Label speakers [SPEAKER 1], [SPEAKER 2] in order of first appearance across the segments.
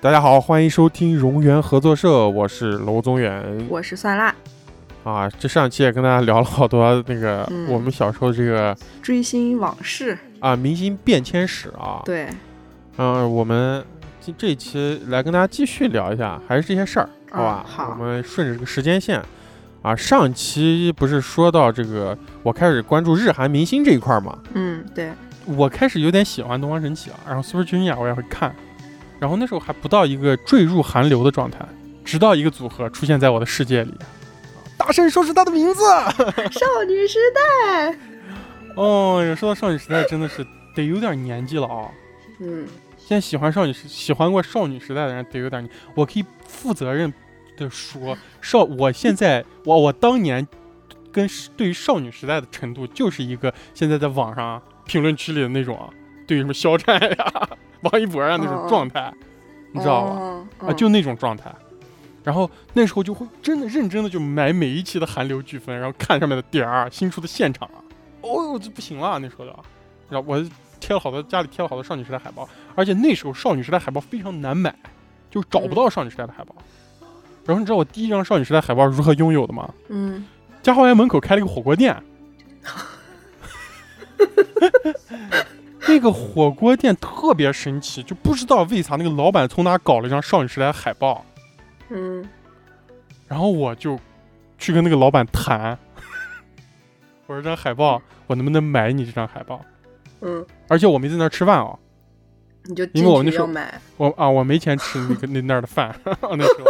[SPEAKER 1] 大家好，欢迎收听荣源合作社，我是娄宗远
[SPEAKER 2] 我是酸辣，
[SPEAKER 1] 啊。这上期也跟大家聊了好多那个、
[SPEAKER 2] 嗯
[SPEAKER 1] 我们小时候这个
[SPEAKER 2] 追星往事，
[SPEAKER 1] 啊明星变迁史啊。
[SPEAKER 2] 对，
[SPEAKER 1] 嗯、我们这这一期来跟大家继续聊一下，还是这些事儿，好吧？
[SPEAKER 2] 嗯好
[SPEAKER 1] 我们顺着这个时间线啊，上期不是说到这个我开始关注日韩明星这一块儿嘛，
[SPEAKER 2] 嗯，对，
[SPEAKER 1] 我开始有点喜欢东方神起啊，然后 Super Junior 我也会看，然后那时候还不到一个坠入韩流的状态，直到一个组合出现在我的世界里，大声说出他的名字。
[SPEAKER 2] 少女时代，
[SPEAKER 1] 哦，说到少女时代，真的是得有点年纪了啊。
[SPEAKER 2] 嗯，
[SPEAKER 1] 现在喜欢少女时喜欢过少女时代的人得有点年，我可以负责任的说，少我现在我我当年跟对于少女时代的程度，就是一个现在在网上评论区里的那种啊，对于什么肖战呀、 王一博呀啊那种状态，你知道吧？
[SPEAKER 2] 吧？
[SPEAKER 1] 啊，就那种状态。然后那时候就会真的认真的就买每一期的韩流剧分，然后看上面的点儿、新出的现场啊，哦呦，这不行了，那时候就，然后我贴了好多，家里贴了好多少女时代海报，而且那时候少女时代海报非常难买，就找不到少女时代的海报。然后你知道我第一张少女时代海报如何拥有的吗？
[SPEAKER 2] 嗯，
[SPEAKER 1] 家花园门口开了一个火锅店，那个火锅店特别神奇，就不知道为啥那个老板从哪搞了一张少女时代的海报，
[SPEAKER 2] 嗯，
[SPEAKER 1] 然后我就去跟那个老板谈， 我说这张海报我能不能买你这张海报？
[SPEAKER 2] 嗯，
[SPEAKER 1] 而且我没在那儿吃饭哦，
[SPEAKER 2] 你就
[SPEAKER 1] 因为我们那
[SPEAKER 2] 进去
[SPEAKER 1] 时候
[SPEAKER 2] 要买，
[SPEAKER 1] 我啊我没钱吃那个那那儿的饭， 那时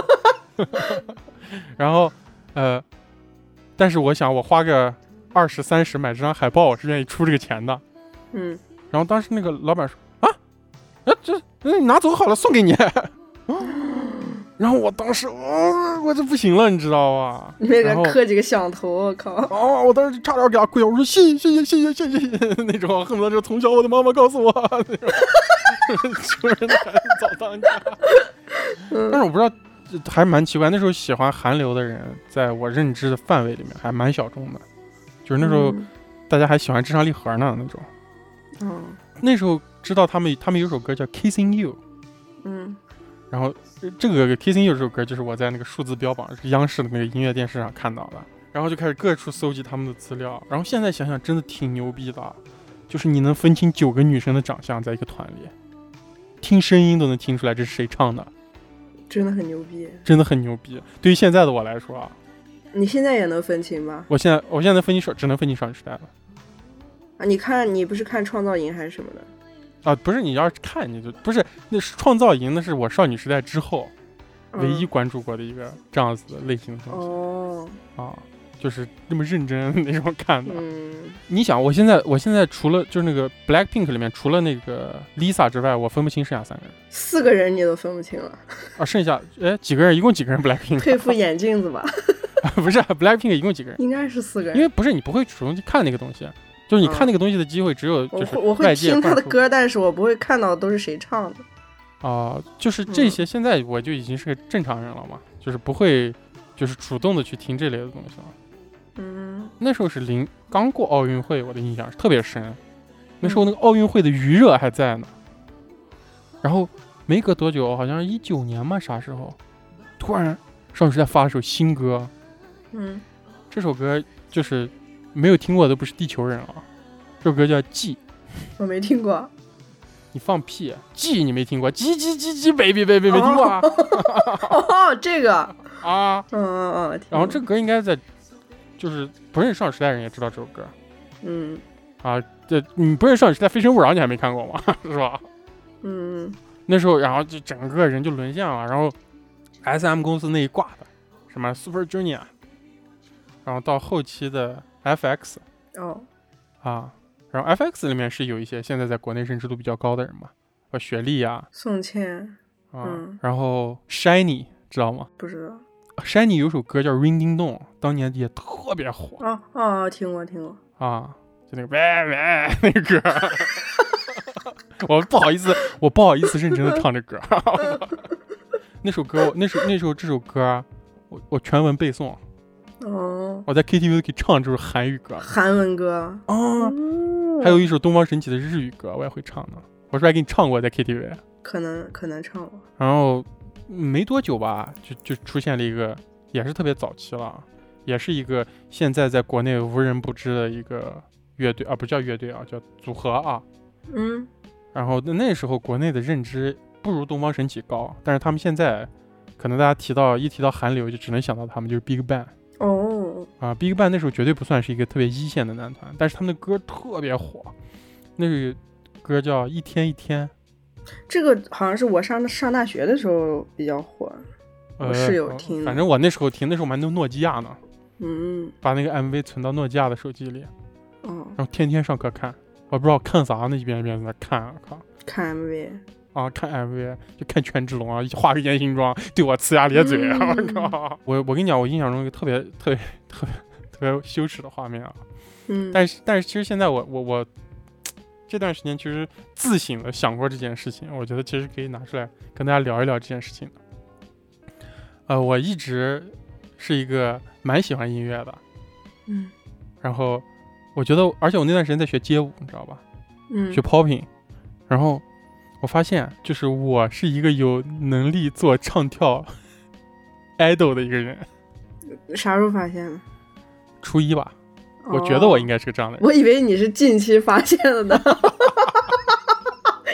[SPEAKER 1] 候， 然后呃，但是我想我花个二十三十买这张海报，我是愿意出这个钱的。
[SPEAKER 2] 嗯，
[SPEAKER 1] 然后当时那个老板说啊，啊这那你拿走好了，送给你。然后我当时，哦，我这不行了，你知道吧？
[SPEAKER 2] 你那
[SPEAKER 1] 然后
[SPEAKER 2] 个磕几个响头，我靠，
[SPEAKER 1] 哦，我当时就差点给他跪下，我说谢谢谢谢谢谢谢谢谢那种，恨不得就从小我的妈妈告诉我那种，穷人的孩子早当家。
[SPEAKER 2] 嗯
[SPEAKER 1] 但是我不知道，这还蛮奇怪，那时候喜欢韩流的人，在我认知的范围里面还蛮小众的，就是 那时候
[SPEAKER 2] 嗯，
[SPEAKER 1] 大家还喜欢至上励合呢那种。
[SPEAKER 2] 嗯
[SPEAKER 1] 那时候知道他们，他们有首歌叫《Kissing You》，
[SPEAKER 2] 嗯
[SPEAKER 1] 然后呃这个《Kissing You》这首歌就是我在那个数字标榜是央视的那个音乐电视上看到的，然后就开始各处搜集他们的资料，然后现在想想真的挺牛逼的，就是你能分清九个女生的长相在一个团里，听声音都能听出来这是谁唱的，
[SPEAKER 2] 真的很牛逼，
[SPEAKER 1] 真的很牛逼。对于现在的我来说啊，
[SPEAKER 2] 你现在也能分清吗？
[SPEAKER 1] 我现在我现在能分清少，只能分清少女时代了
[SPEAKER 2] 啊，你看你不是看创造营还是什么的？
[SPEAKER 1] 啊！不是你要是看你就不是那是创造营，那是我少女时代之后唯一
[SPEAKER 2] 嗯
[SPEAKER 1] 关注过的一个这样子的类型的东西。
[SPEAKER 2] 哦，
[SPEAKER 1] 啊，就是那么认真那种看的。
[SPEAKER 2] 嗯
[SPEAKER 1] 你想，我现在我现在除了就是那个 Black Pink 里面除了那个 Lisa 之外，我分不清剩下三个人
[SPEAKER 2] 四个人你都分不清 了，
[SPEAKER 1] 啊，剩下哎几个人？一共几个人 Black Pink？
[SPEAKER 2] 佩服眼镜子吧，
[SPEAKER 1] 不是 Black Pink 一共几个人？
[SPEAKER 2] 应该是四个
[SPEAKER 1] 因
[SPEAKER 2] 人。
[SPEAKER 1] 为不是你不会主动去看那个东西，啊就是你
[SPEAKER 2] 嗯
[SPEAKER 1] 看那个东西的机会只有
[SPEAKER 2] 我
[SPEAKER 1] 就是
[SPEAKER 2] 会我会
[SPEAKER 1] 外界
[SPEAKER 2] 听他
[SPEAKER 1] 灌
[SPEAKER 2] 的
[SPEAKER 1] 输
[SPEAKER 2] 歌，但是我不会看到都是谁唱的。
[SPEAKER 1] 啊、就是这
[SPEAKER 2] 嗯
[SPEAKER 1] 些。现在我就已经是个正常人了嘛，就是不会就是主动的去听这类的东西了。
[SPEAKER 2] 嗯，
[SPEAKER 1] 那时候是零刚过奥运会，我的印象是特别深。那时候那个奥运会的余热还在呢。然后没隔多久，好像是一九年嘛，啥时候，突然少女时代发了首新歌，
[SPEAKER 2] 嗯
[SPEAKER 1] 这首歌就是没有听过的不是地球人啊，这首歌叫《G》，
[SPEAKER 2] 我没 听过。
[SPEAKER 1] 你放屁，G 你没听过，叽叽叽叽，baby baby 没听过啊
[SPEAKER 2] 哦，这个，
[SPEAKER 1] 啊。
[SPEAKER 2] 嗯嗯嗯。听
[SPEAKER 1] 然后这
[SPEAKER 2] 过，
[SPEAKER 1] 歌应该在，就是不认识少女时代人也知道这首歌，
[SPEAKER 2] 嗯
[SPEAKER 1] 这你不认识少女时代《非诚勿扰》你还没看过吗？ 是吧？
[SPEAKER 2] 嗯
[SPEAKER 1] 那时候，然后就整个人就沦陷了，然后 S M 公司那一挂的，什么 Super Junior，然后到后期的 F X
[SPEAKER 2] 哦，
[SPEAKER 1] 啊，然后 F X 里面是有一些现在在国内认知度比较高的人嘛，呃，雪莉呀、
[SPEAKER 2] 宋茜
[SPEAKER 1] 啊，
[SPEAKER 2] 嗯
[SPEAKER 1] 然后 Shiny 知道吗
[SPEAKER 2] 不知道。
[SPEAKER 1] ？Shiny 有首歌叫 Ring Ding Dong，当年也特别火
[SPEAKER 2] 哦哦，听过听过。
[SPEAKER 1] 啊，就那个喂 喂那个歌儿。我不好意思，我不好意思认真的唱这歌儿。 那首歌我，那首那首这首歌啊，我我全文背诵，
[SPEAKER 2] 哦，
[SPEAKER 1] 我在 KTV 都可以唱这首韩语歌
[SPEAKER 2] 韩文歌。
[SPEAKER 1] 啊，
[SPEAKER 2] 嗯
[SPEAKER 1] 还有一首东方神起的日语歌，我也会唱呢。我是不是还给你唱过在 KTV？
[SPEAKER 2] 可能可能唱过。
[SPEAKER 1] 然后没多久吧，就就出现了一个，也是特别早期了，也是一个现在在国内无人不知的一个乐队啊，不叫乐队啊，叫组合啊。
[SPEAKER 2] 嗯，
[SPEAKER 1] 然后那那时候国内的认知不如东方神起高，但是他们现在可能大家提到一提到韩流就只能想到他们就是 Big Bang
[SPEAKER 2] 哦，
[SPEAKER 1] 啊，Big Bang 那时候绝对不算是一个特别一线的男团，但是他们的歌特别火，那个歌叫一天一天，
[SPEAKER 2] 这个好像是我上上大学的时候比较火。
[SPEAKER 1] 呃，
[SPEAKER 2] 我室友听
[SPEAKER 1] 反正我那时候听，那时候我们还弄诺基亚呢，
[SPEAKER 2] 嗯，
[SPEAKER 1] 把那个 MV 存到诺基亚的手机里，
[SPEAKER 2] 哦，
[SPEAKER 1] 然后天天上课看，我不知道看啥呢，一遍一遍在那看，啊靠。
[SPEAKER 2] 看 MV。
[SPEAKER 1] 啊，看 MV 就看权志龙啊，化个烟熏妆，对我呲牙咧嘴，啊我、
[SPEAKER 2] 嗯
[SPEAKER 1] 靠！我我跟你讲，我印象中一个特别特别特别特别羞耻的画面啊。
[SPEAKER 2] 嗯，
[SPEAKER 1] 但是但是，其实现在我我我这段时间其实自省了，想过这件事情，我觉得其实可以拿出来跟大家聊一聊这件事情的。呃，我一直是一个蛮喜欢音乐的，
[SPEAKER 2] 嗯
[SPEAKER 1] 然后我觉得，而且我那段时间在学街舞，你知道吧？
[SPEAKER 2] 嗯
[SPEAKER 1] 学 popping，然后我发现啊就是我是一个有能力做唱跳 idol 的一个人。
[SPEAKER 2] 啥时候发现的？哦
[SPEAKER 1] 初一吧，我觉得我应
[SPEAKER 2] 该，
[SPEAKER 1] 该是个这样的人。
[SPEAKER 2] 我以为你是近期发现的呢，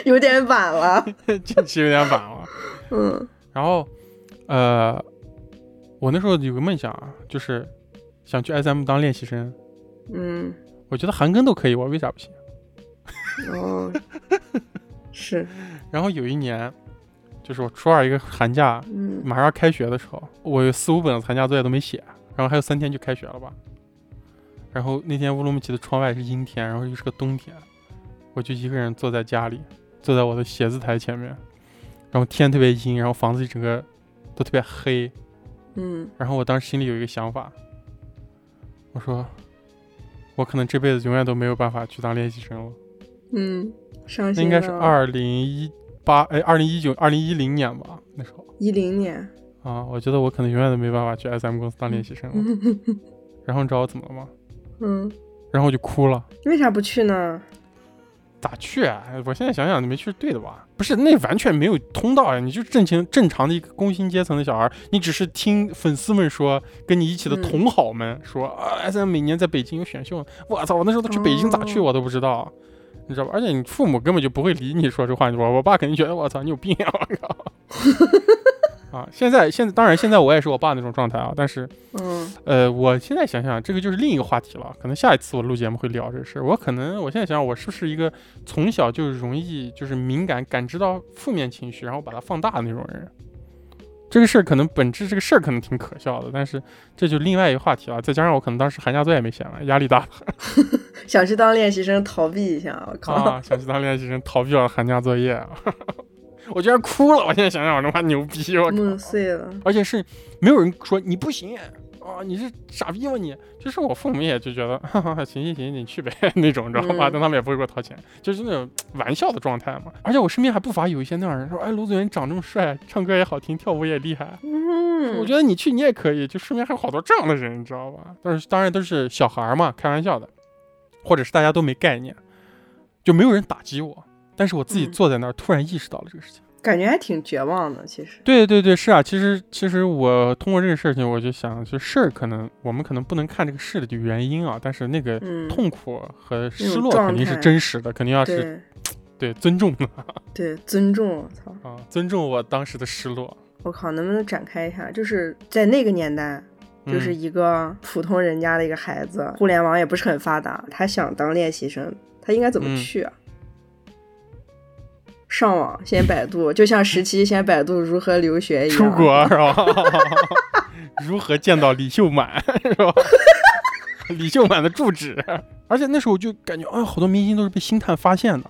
[SPEAKER 2] 有点晚了。
[SPEAKER 1] 近期有点晚了。
[SPEAKER 2] 嗯
[SPEAKER 1] 然后，呃，我那时候有个梦想啊，就是想去 SM 当练习生。
[SPEAKER 2] 嗯，
[SPEAKER 1] 我觉得韩庚都可以，我为啥不行？
[SPEAKER 2] 哦，是，
[SPEAKER 1] 然后有一年，就是我初二一个寒假，
[SPEAKER 2] 嗯
[SPEAKER 1] 马上要开学的时候，我有四五本寒假作业都没写，然后还有三天就开学了吧。然后那天乌鲁木齐的窗外是阴天，然后又是个冬天，我就一个人坐在家里，坐在我的写字台前面，然后天特别阴，然后房子里整个都特别黑。
[SPEAKER 2] 嗯
[SPEAKER 1] 然后我当时心里有一个想法，我说，我可能这辈子永远都没有办法去当练习生了。
[SPEAKER 2] 嗯，伤
[SPEAKER 1] 那
[SPEAKER 2] 心
[SPEAKER 1] 应该是
[SPEAKER 2] 了
[SPEAKER 1] 二零一八哎，二零一九、二零一零年吧，那时候。
[SPEAKER 2] 一零年，
[SPEAKER 1] 啊，我觉得我可能永远都没办法去 SM 公司当练习生了。然后你知道我怎么了吗？
[SPEAKER 2] 嗯，
[SPEAKER 1] 然后我就哭了。
[SPEAKER 2] 为啥不去呢？
[SPEAKER 1] 咋去啊？我现在想想，你没去是对的吧？不是，那完全没有通道呀！你就正常正常的一个工薪阶层的小孩儿，你只是听粉丝们说，跟你一起的
[SPEAKER 2] 嗯
[SPEAKER 1] 同好们说、啊，SM 每年在北京有选秀，我操！我那时候都去北京咋去
[SPEAKER 2] 哦
[SPEAKER 1] 我都不知道，你知道吧？而且你父母根本就不会理你说这话，我我爸肯定觉得我操你有病啊！我靠！ 啊，现在现在当然现在我也是我爸那种状态啊，但是
[SPEAKER 2] 嗯
[SPEAKER 1] 呃，我现在想想，这个就是另一个话题了。可能下一次我录节目会聊这个事儿。我可能我现在想想，我是不是一个从小就容易就是敏感感知到负面情绪，然后把它放大的那种人？这个事儿可能本质这个事儿可能挺可笑的，但是这就另外一个话题了。再加上我可能当时寒假作业没写完，压力大
[SPEAKER 2] 想去当练习生逃避一下，我靠，
[SPEAKER 1] 啊，想去当练习生，逃避了寒假作业，啊 我居然哭了。我现在想想，我他妈牛逼！我靠
[SPEAKER 2] 梦碎了。
[SPEAKER 1] 而且是没有人说你不行啊，你是傻逼吗你？就是我父母也就觉得，哈哈，行行行，你去呗那种，你知道吧？
[SPEAKER 2] 嗯
[SPEAKER 1] 但他们也不会给我掏钱，就是那种玩笑的状态嘛。而且我身边还不乏有一些那样的人说，哎，卢祖云长这么帅，唱歌也好听，跳舞也厉害，
[SPEAKER 2] 嗯，
[SPEAKER 1] 我觉得你去你也可以。就身边还有好多这样的人，你知道吧？但是当然都是小孩儿嘛，开玩笑的，或者是大家都没概念，就没有人打击我。但是我自己
[SPEAKER 2] 嗯
[SPEAKER 1] 坐在那儿，突然意识到了这个事情。
[SPEAKER 2] 感觉还挺绝望的，其实。
[SPEAKER 1] 对对对，是啊，其实其实我通过这个事情，我就想，就事儿可能我们可能不能看这个事的原因啊，但是那个
[SPEAKER 2] 嗯，
[SPEAKER 1] 痛苦和
[SPEAKER 2] 那
[SPEAKER 1] 失
[SPEAKER 2] 种
[SPEAKER 1] 落
[SPEAKER 2] 状
[SPEAKER 1] 肯定是
[SPEAKER 2] 态
[SPEAKER 1] 真实的，肯定要是
[SPEAKER 2] 对
[SPEAKER 1] 对尊重的
[SPEAKER 2] 对，尊重，我操，
[SPEAKER 1] 啊，尊重我当时的失落，
[SPEAKER 2] 我靠，能不能展开一下？就是在那个年代，就是
[SPEAKER 1] 嗯、
[SPEAKER 2] 一个普通人家的一个孩子，互联网也不是很发达，他想当练习生，他应该怎么
[SPEAKER 1] 嗯
[SPEAKER 2] 去啊？上网先百度，就像十七先百度如何留学一样。
[SPEAKER 1] 出国是吧？ 如何见到李秀满是吧？ 李秀满的住址， 而且那时候我就感觉，啊，好多明星都是被星探发现的。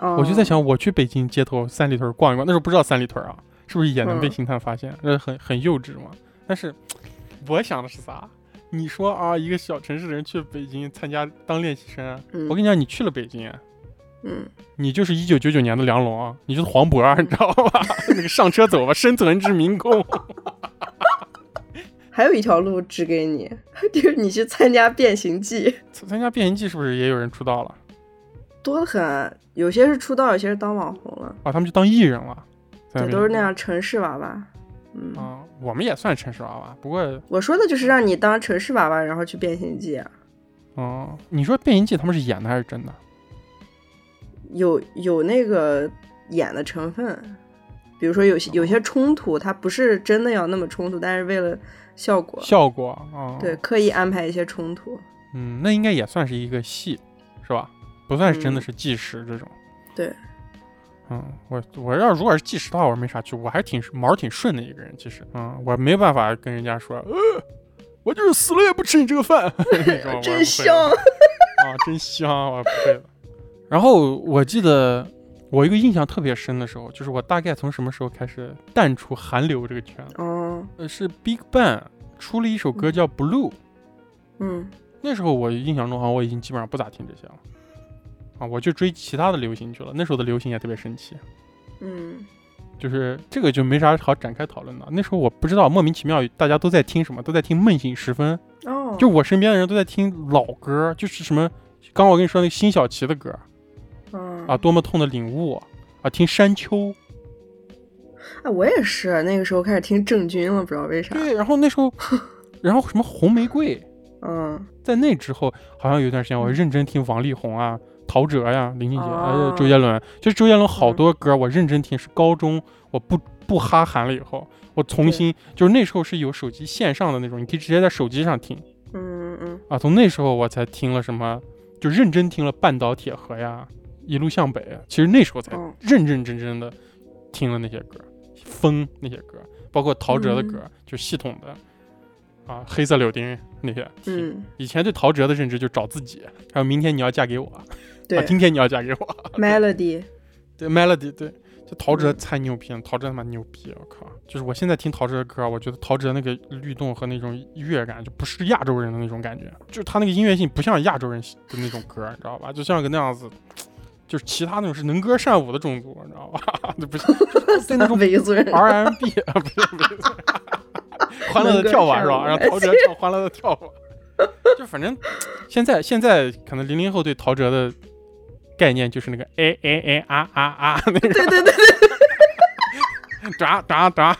[SPEAKER 2] 哦，
[SPEAKER 1] 我就在想，我去北京街头三里屯逛一逛，那时候不知道三里屯啊，是不是也能被
[SPEAKER 2] 嗯
[SPEAKER 1] 星探发现？那、很很幼稚嘛。但是我想的是啥？你说啊，一个小城市的人去北京参加当练习生，啊
[SPEAKER 2] 嗯，
[SPEAKER 1] 我跟你讲，你去了北京，啊
[SPEAKER 2] 嗯，
[SPEAKER 1] 你就是一九九九年的梁龙，啊，你就是黄渤，你知道吧？ 那个上车走吧，生存之民工。
[SPEAKER 2] 还有一条路指给 你，就是你去参加变形记。
[SPEAKER 1] 参加变形记是不是也有人出道了？
[SPEAKER 2] 多得很，有些是出道，有些是当网红了，
[SPEAKER 1] 啊，他们就当艺人了，在
[SPEAKER 2] 对，
[SPEAKER 1] 边
[SPEAKER 2] 都是那样城市娃娃。嗯，
[SPEAKER 1] 啊。我们也算城市娃娃，不过，
[SPEAKER 2] 我说的就是让你当城市娃娃，然后去变形记、啊。
[SPEAKER 1] 嗯，你说《变形记》他们是演的还是真的？
[SPEAKER 2] 有有那个演的成分，比如说有些有些冲突，它不是真的要那么冲突，但是为了效果，
[SPEAKER 1] 效果啊，
[SPEAKER 2] 对，，刻意安排一些冲突，
[SPEAKER 1] 嗯，那应该也算是一个戏，是吧？不算是真的
[SPEAKER 2] 嗯
[SPEAKER 1] 是纪实这种。
[SPEAKER 2] 对。
[SPEAKER 1] 嗯，我我要如果是纪实的话，我是没啥去，我还挺毛儿挺顺的一个人，其实，嗯，我没办法跟人家说，呃，我就是死了也不吃你这个饭， 那种我也不
[SPEAKER 2] 真
[SPEAKER 1] 会
[SPEAKER 2] 香。
[SPEAKER 1] 啊，真香，我不会了。然后我记得我一个印象特别深的时候，就是我大概从什么时候开始淡出韩流这个圈了？
[SPEAKER 2] 哦，
[SPEAKER 1] 呃，是 Big Bang 出了一首歌叫《Blue》，
[SPEAKER 2] 嗯，
[SPEAKER 1] 那时候我印象中好像我已经基本上不咋听这些了，啊，我就追其他的流行去了。那时候的流行也特别神奇，
[SPEAKER 2] 嗯，
[SPEAKER 1] 就是这个就没啥好展开讨论的。那时候我不知道莫名其妙大家都在听什么，都在听《梦醒时分》，
[SPEAKER 2] 哦，
[SPEAKER 1] 就我身边的人都在听老歌，就是什么，刚刚我跟你说那个辛晓琪的歌，
[SPEAKER 2] 嗯
[SPEAKER 1] 啊，，多么痛的领悟啊！听山丘，
[SPEAKER 2] 哎，我也是那个时候开始听郑钧了，不知道为啥，
[SPEAKER 1] 对，然后那时候，然后什么红玫瑰，
[SPEAKER 2] 嗯，
[SPEAKER 1] 在那之后，好像有一段时间我认真听王力宏啊、陶喆呀、林俊杰，呃
[SPEAKER 2] 哦，
[SPEAKER 1] 周杰伦，就是周杰伦好
[SPEAKER 2] 嗯
[SPEAKER 1] 多歌我认真听，是高中我不不哈韩了以后，我重
[SPEAKER 2] 对
[SPEAKER 1] 新就是那时候是有手机线上的那种，你可以直接在手机上听
[SPEAKER 2] 嗯嗯
[SPEAKER 1] 啊，从那时候我才听了什么，就认真听了半岛铁盒呀、一路向北，啊其实那时候才
[SPEAKER 2] 哦
[SPEAKER 1] 认认真真的听了那些歌，风那些歌，包括陶喆的
[SPEAKER 2] 嗯
[SPEAKER 1] 歌，就系统的啊，黑色柳丁那些。听。
[SPEAKER 2] 嗯，
[SPEAKER 1] 以前对陶喆的认知就找自己，还有明天你要嫁给我，
[SPEAKER 2] 对
[SPEAKER 1] 啊，今天你要嫁给我，
[SPEAKER 2] ，Melody，
[SPEAKER 1] 对 melody，对，就陶喆
[SPEAKER 2] 嗯
[SPEAKER 1] 太牛逼了，陶喆他妈牛逼，我靠！就是我现在听陶喆的歌，我觉得陶喆那个律动和那种乐感就不是亚洲人的那种感觉，就是他那个音乐性不像亚洲人的那种歌，你知道吧？就像个那样子。就是其他那种是能歌善舞的种族，你知道吧？ 就不是对那种
[SPEAKER 2] 维族人，
[SPEAKER 1] R&B 啊，不是不是， 欢乐的跳啊吧是吧？让陶喆唱欢乐的跳吧， 就反正现在现在可能零零后对陶喆的概念就是那个哎哎哎啊啊啊那个
[SPEAKER 2] 对对对，
[SPEAKER 1] 抓抓抓，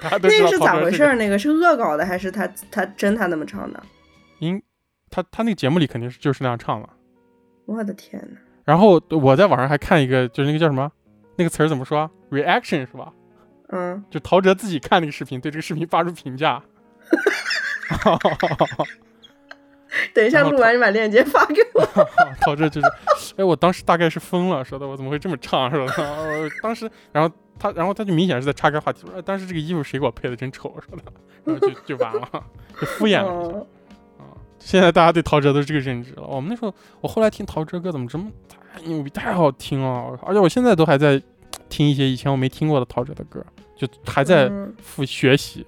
[SPEAKER 1] 大家都知
[SPEAKER 2] 那
[SPEAKER 1] 道
[SPEAKER 2] 个是
[SPEAKER 1] 陶
[SPEAKER 2] 咋
[SPEAKER 1] 喆
[SPEAKER 2] 回
[SPEAKER 1] 这
[SPEAKER 2] 事
[SPEAKER 1] 个
[SPEAKER 2] 儿？那个是恶搞的还是他他真他那么唱的？
[SPEAKER 1] 因他他那个节目里肯定是就是那样唱了。
[SPEAKER 2] 我的天呐，
[SPEAKER 1] 然后我在网上还看一个，就是那个叫什么那个词儿怎么说啊？reaction 是吧？
[SPEAKER 2] 嗯，
[SPEAKER 1] 就陶喆自己看那个视频，对这个视频发出评价。
[SPEAKER 2] 等一下
[SPEAKER 1] 然后
[SPEAKER 2] 录完你把链接发给我。
[SPEAKER 1] 陶喆就是，哎，我当时大概是疯了，说的我怎么会这么唱，说的，我当时，然后他，然后他就明显是在岔开话题，说，哎，当时这个衣服谁给我配的真丑，说的，然后就就完了， 就敷衍了一下。啊
[SPEAKER 2] 嗯
[SPEAKER 1] 现在大家对陶喆都是这个认知了。我们那时候，我后来听陶喆歌，怎么这么太牛逼，太好听了，而且我现在都还在听一些以前我没听过的陶喆的歌，就还在
[SPEAKER 2] 嗯
[SPEAKER 1] 复学习，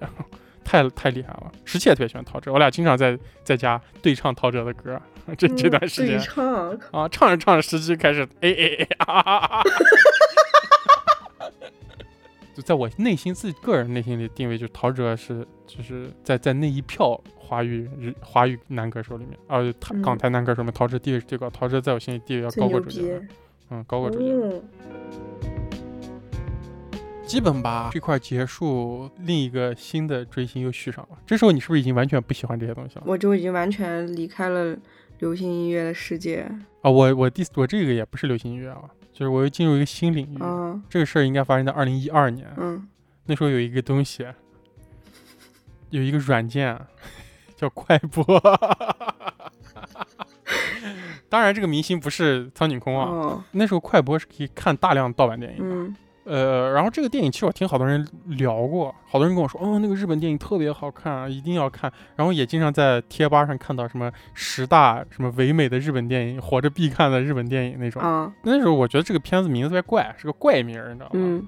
[SPEAKER 1] 太太厉害了。石器也特别喜欢陶喆，我俩经常在在家对唱陶喆的歌，这 这段时间
[SPEAKER 2] 嗯对。唱，
[SPEAKER 1] 啊，唱着唱着，石器开始哎哎哎啊啊啊啊！就在我内心自己个人内心里定位，就是陶喆是就是在在那一票华语日华语男歌手里面，啊，台港
[SPEAKER 2] 嗯
[SPEAKER 1] 台男歌手里面，陶喆地位是最高，陶喆在我心里地位要
[SPEAKER 2] 最
[SPEAKER 1] 高过
[SPEAKER 2] 牛
[SPEAKER 1] 周杰
[SPEAKER 2] 逼
[SPEAKER 1] 伦，。嗯，高过周杰伦。
[SPEAKER 2] 嗯，
[SPEAKER 1] 基本吧，这块结束，另一个新的追星又续上了。这时候你是不是已经完全不喜欢这些东西了？
[SPEAKER 2] 我就已经完全离开了流行音乐的世界。
[SPEAKER 1] 啊，我我第我这个也不是流行音乐啊，就是我又进入一个新领域。
[SPEAKER 2] 啊，
[SPEAKER 1] 这个事儿应该发生在二零一二年。
[SPEAKER 2] 嗯，
[SPEAKER 1] 那时候有一个东西，啊有一个软件啊叫快播。 当然，这个明星不是苍井空啊。
[SPEAKER 2] 哦，
[SPEAKER 1] 那时候快播是可以看大量盗版电影的。
[SPEAKER 2] 嗯
[SPEAKER 1] 呃，然后这个电影其实我听好多人聊过，好多人跟我说，哦，那个日本电影特别好看，啊一定要看。然后也经常在贴吧上看到什么十大什么唯美的日本电影，活着必看的日本电影那种。
[SPEAKER 2] 啊，
[SPEAKER 1] 那时候我觉得这个片子名字特别怪，是个怪名儿，你知道吗？
[SPEAKER 2] 嗯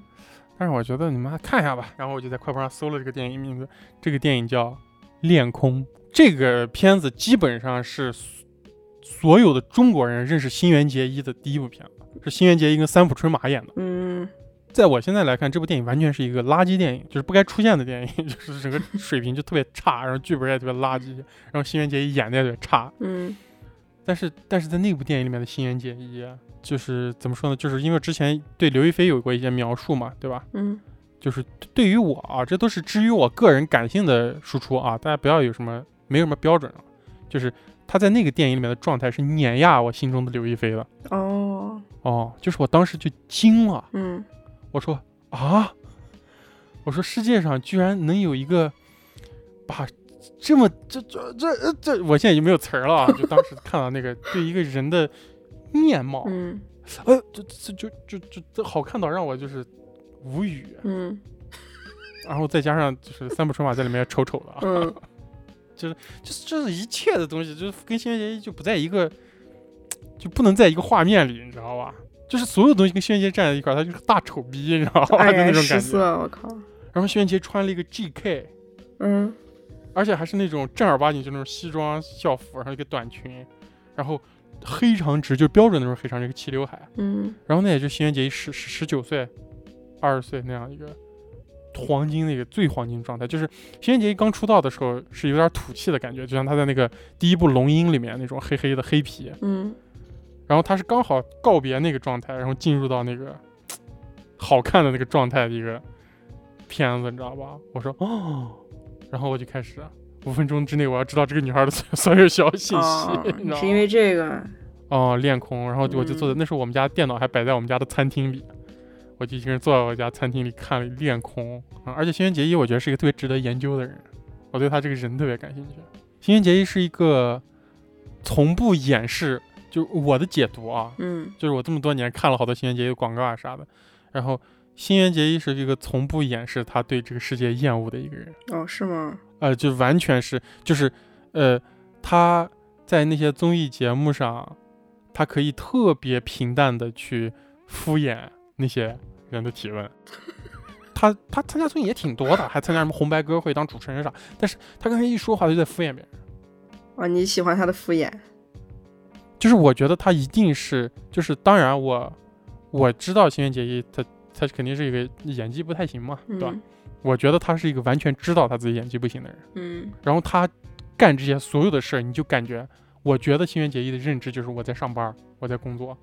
[SPEAKER 1] 但是我觉得你们看一下吧。然后我就在快播上搜了这个电影名字，这个电影叫《恋空》。这个片子基本上是所所有的中国人认识新垣结衣的第一部片子，是新垣结衣跟三浦春马演的。
[SPEAKER 2] 嗯
[SPEAKER 1] 在我现在来看，这部电影完全是一个垃圾电影，就是不该出现的电影，就是整个水平就特别差，然后剧本也特别垃圾，然后新垣结衣演的也特别差。
[SPEAKER 2] 嗯
[SPEAKER 1] 但是但是在那部电影里面的新垣结衣，啊就是怎么说呢？就是因为之前对刘亦菲有过一些描述嘛，对吧？
[SPEAKER 2] 嗯
[SPEAKER 1] 就是对于我啊，这都是至于我个人感性的输出啊，大家不要有什么没有什么标准啊。就是他在那个电影里面的状态是碾压我心中的刘亦菲的
[SPEAKER 2] 哦
[SPEAKER 1] 哦，就是我当时就惊了，
[SPEAKER 2] 嗯
[SPEAKER 1] 我说啊，我说世界上居然能有一个把这么这这这这，我现在已经没有词儿了啊，就当时看到那个对一个人的面貌，
[SPEAKER 2] 嗯
[SPEAKER 1] 呃，这这就就就这好看到让我就是无语。
[SPEAKER 2] 嗯
[SPEAKER 1] 然后再加上就是三浦春马在里面也丑丑的啊，
[SPEAKER 2] 嗯
[SPEAKER 1] 就是这一切的东西，就是跟新垣结衣就不在一个，就不能在一个画面里，你知道吧？就是所有东西跟轩杰站在一块儿，他就是个大丑逼，你知道吧？
[SPEAKER 2] 爱
[SPEAKER 1] 就那
[SPEAKER 2] 然
[SPEAKER 1] 种
[SPEAKER 2] 哎失
[SPEAKER 1] 感觉。
[SPEAKER 2] 色，我靠，
[SPEAKER 1] 然后轩杰穿了一个 GK，
[SPEAKER 2] 嗯
[SPEAKER 1] 而且还是那种正儿八经就那种西装校服，然后一个短裙，然后黑长直，就标准那种黑长直，一个齐刘海。
[SPEAKER 2] 嗯
[SPEAKER 1] 然后那也就新垣结衣十十十九岁、二十岁那样一个黄金的一个最黄金状态，就是新垣结衣刚出道的时候是有点土气的感觉，就像她在那个第一部《龙樱》里面那种黑黑的黑皮，
[SPEAKER 2] 嗯
[SPEAKER 1] 然后她是刚好告别那个状态，然后进入到那个好看的那个状态的一个片子，你知道吧？我说哦，然后我就开始五分钟之内我要知道这个女孩的所所有消息信息，
[SPEAKER 2] 哦
[SPEAKER 1] 你知道吗
[SPEAKER 2] 是因为这个，
[SPEAKER 1] 哦，练空，然后就我就坐在、
[SPEAKER 2] 嗯
[SPEAKER 1] 那时候我们家电脑还摆在我们家的餐厅里，我就一个人坐在我家餐厅里看了练空啊、而且新垣结衣我觉得是一个特别值得研究的人，我对他这个人特别感兴趣。新垣结衣是一个从不掩饰，就是我的解读啊，
[SPEAKER 2] 嗯
[SPEAKER 1] 就是我这么多年看了好多新垣结衣的广告啊啥的，然后新垣结衣是一个从不掩饰他对这个世界厌恶的一个人。
[SPEAKER 2] 哦是吗？
[SPEAKER 1] 呃，就完全是，就是，呃，他在那些综艺节目上，他可以特别平淡的去敷衍那些人的提问。他他参加综艺也挺多的，还参加什么红白歌会当主持人啥，但是他刚才一说话就在敷衍别人，
[SPEAKER 2] 哦你喜欢他的敷衍，
[SPEAKER 1] 就是我觉得他一定是，就是当然我我知道新垣结衣他他肯定是一个演技不太行嘛，对吧？
[SPEAKER 2] 嗯
[SPEAKER 1] 我觉得他是一个完全知道他自己演技不行的人。
[SPEAKER 2] 嗯
[SPEAKER 1] 然后他干这些所有的事儿，你就感觉，我觉得新垣结衣的认知就是我在上班儿，我在工作，